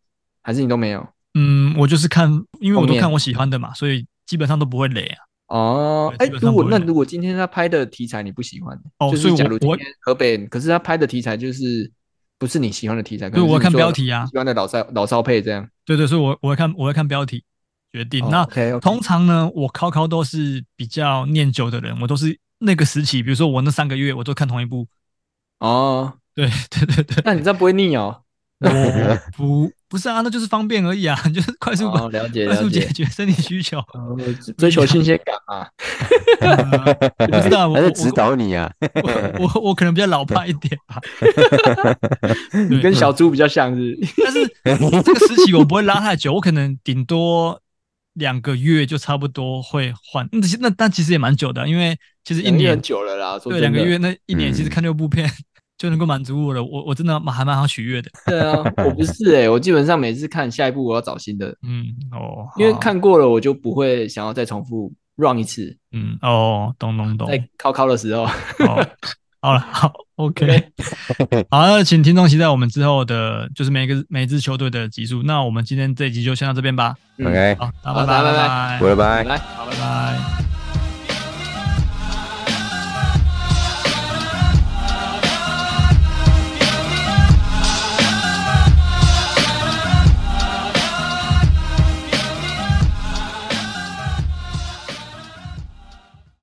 [SPEAKER 3] 还是你都没有？
[SPEAKER 4] 嗯，我就是看，因为我
[SPEAKER 3] 后
[SPEAKER 4] 都
[SPEAKER 3] 面
[SPEAKER 4] 看我喜欢的嘛，所以基本上都不会累啊。
[SPEAKER 3] 哦，
[SPEAKER 4] 对
[SPEAKER 3] 哎，
[SPEAKER 4] 基本上
[SPEAKER 3] 如果
[SPEAKER 4] 不会
[SPEAKER 3] 那
[SPEAKER 4] 的
[SPEAKER 3] 如果今天他拍的题材你不喜欢，
[SPEAKER 4] 哦
[SPEAKER 3] 就
[SPEAKER 4] 所以
[SPEAKER 3] 是
[SPEAKER 4] 我
[SPEAKER 3] 假如今
[SPEAKER 4] 我
[SPEAKER 3] 天河北，可是他拍的题材就是不是你喜欢的题材，可
[SPEAKER 4] 对
[SPEAKER 3] 能
[SPEAKER 4] 我要
[SPEAKER 3] 是你
[SPEAKER 4] 看
[SPEAKER 3] 说
[SPEAKER 4] 标题啊
[SPEAKER 3] 喜欢的老少老少配这样。
[SPEAKER 4] 对对，所以我我会看我会看标题决定。
[SPEAKER 3] 哦
[SPEAKER 4] 那
[SPEAKER 3] OK，
[SPEAKER 4] 通常呢，我考考都是比较念旧的人，我都是那个时期，比如说我那三个月我都看同一部。
[SPEAKER 3] 哦，
[SPEAKER 4] 对对对对，
[SPEAKER 3] 那你这样不会腻哦。
[SPEAKER 4] 我不不是啊，那就是方便而已啊， 就是快速把
[SPEAKER 3] 哦，了解
[SPEAKER 4] 快
[SPEAKER 3] 了
[SPEAKER 4] 速解决
[SPEAKER 3] 解，
[SPEAKER 4] 生理需 求。
[SPEAKER 3] 哦追求新鲜感嘛。
[SPEAKER 4] 呃我 不知道，我
[SPEAKER 2] 他在
[SPEAKER 4] 我
[SPEAKER 2] 指导你啊。
[SPEAKER 4] 我我我可能比较老派一点 吧。
[SPEAKER 3] 你
[SPEAKER 4] 对
[SPEAKER 3] 跟小猪比较像是不是，
[SPEAKER 4] 但 是 这个时期我不会拉太久，我可能顶多两个月就差不多会换。那其实那但其实也蛮久的，啊因为其实一
[SPEAKER 3] 两个月
[SPEAKER 4] 年
[SPEAKER 3] 很久了啦，说
[SPEAKER 4] 对两
[SPEAKER 3] 真
[SPEAKER 4] 个
[SPEAKER 3] 的
[SPEAKER 4] 月，。那一年其实
[SPEAKER 2] 嗯
[SPEAKER 4] 看六部片就能够满足我了。我我真的蛮还蛮好取悦的。
[SPEAKER 3] 对啊， 我不是哎，我基本上每次看下一部我要找新的，
[SPEAKER 4] 嗯哦，
[SPEAKER 3] 因为
[SPEAKER 4] 好
[SPEAKER 3] 看过了我就不会想要再重复 run 一次，
[SPEAKER 4] 嗯哦，懂懂懂。
[SPEAKER 3] 在靠靠的时候。
[SPEAKER 4] 哦，好了，好，OK，好， 那请听众期待我们之后的，就是每个每支球队的集数。那我们今天这一集就先到这边吧。
[SPEAKER 3] 嗯
[SPEAKER 2] OK，
[SPEAKER 4] 好，大家拜
[SPEAKER 3] 好
[SPEAKER 4] 拜
[SPEAKER 3] 大家
[SPEAKER 4] 拜拜，
[SPEAKER 2] 拜拜。
[SPEAKER 3] 来。
[SPEAKER 4] 好拜拜。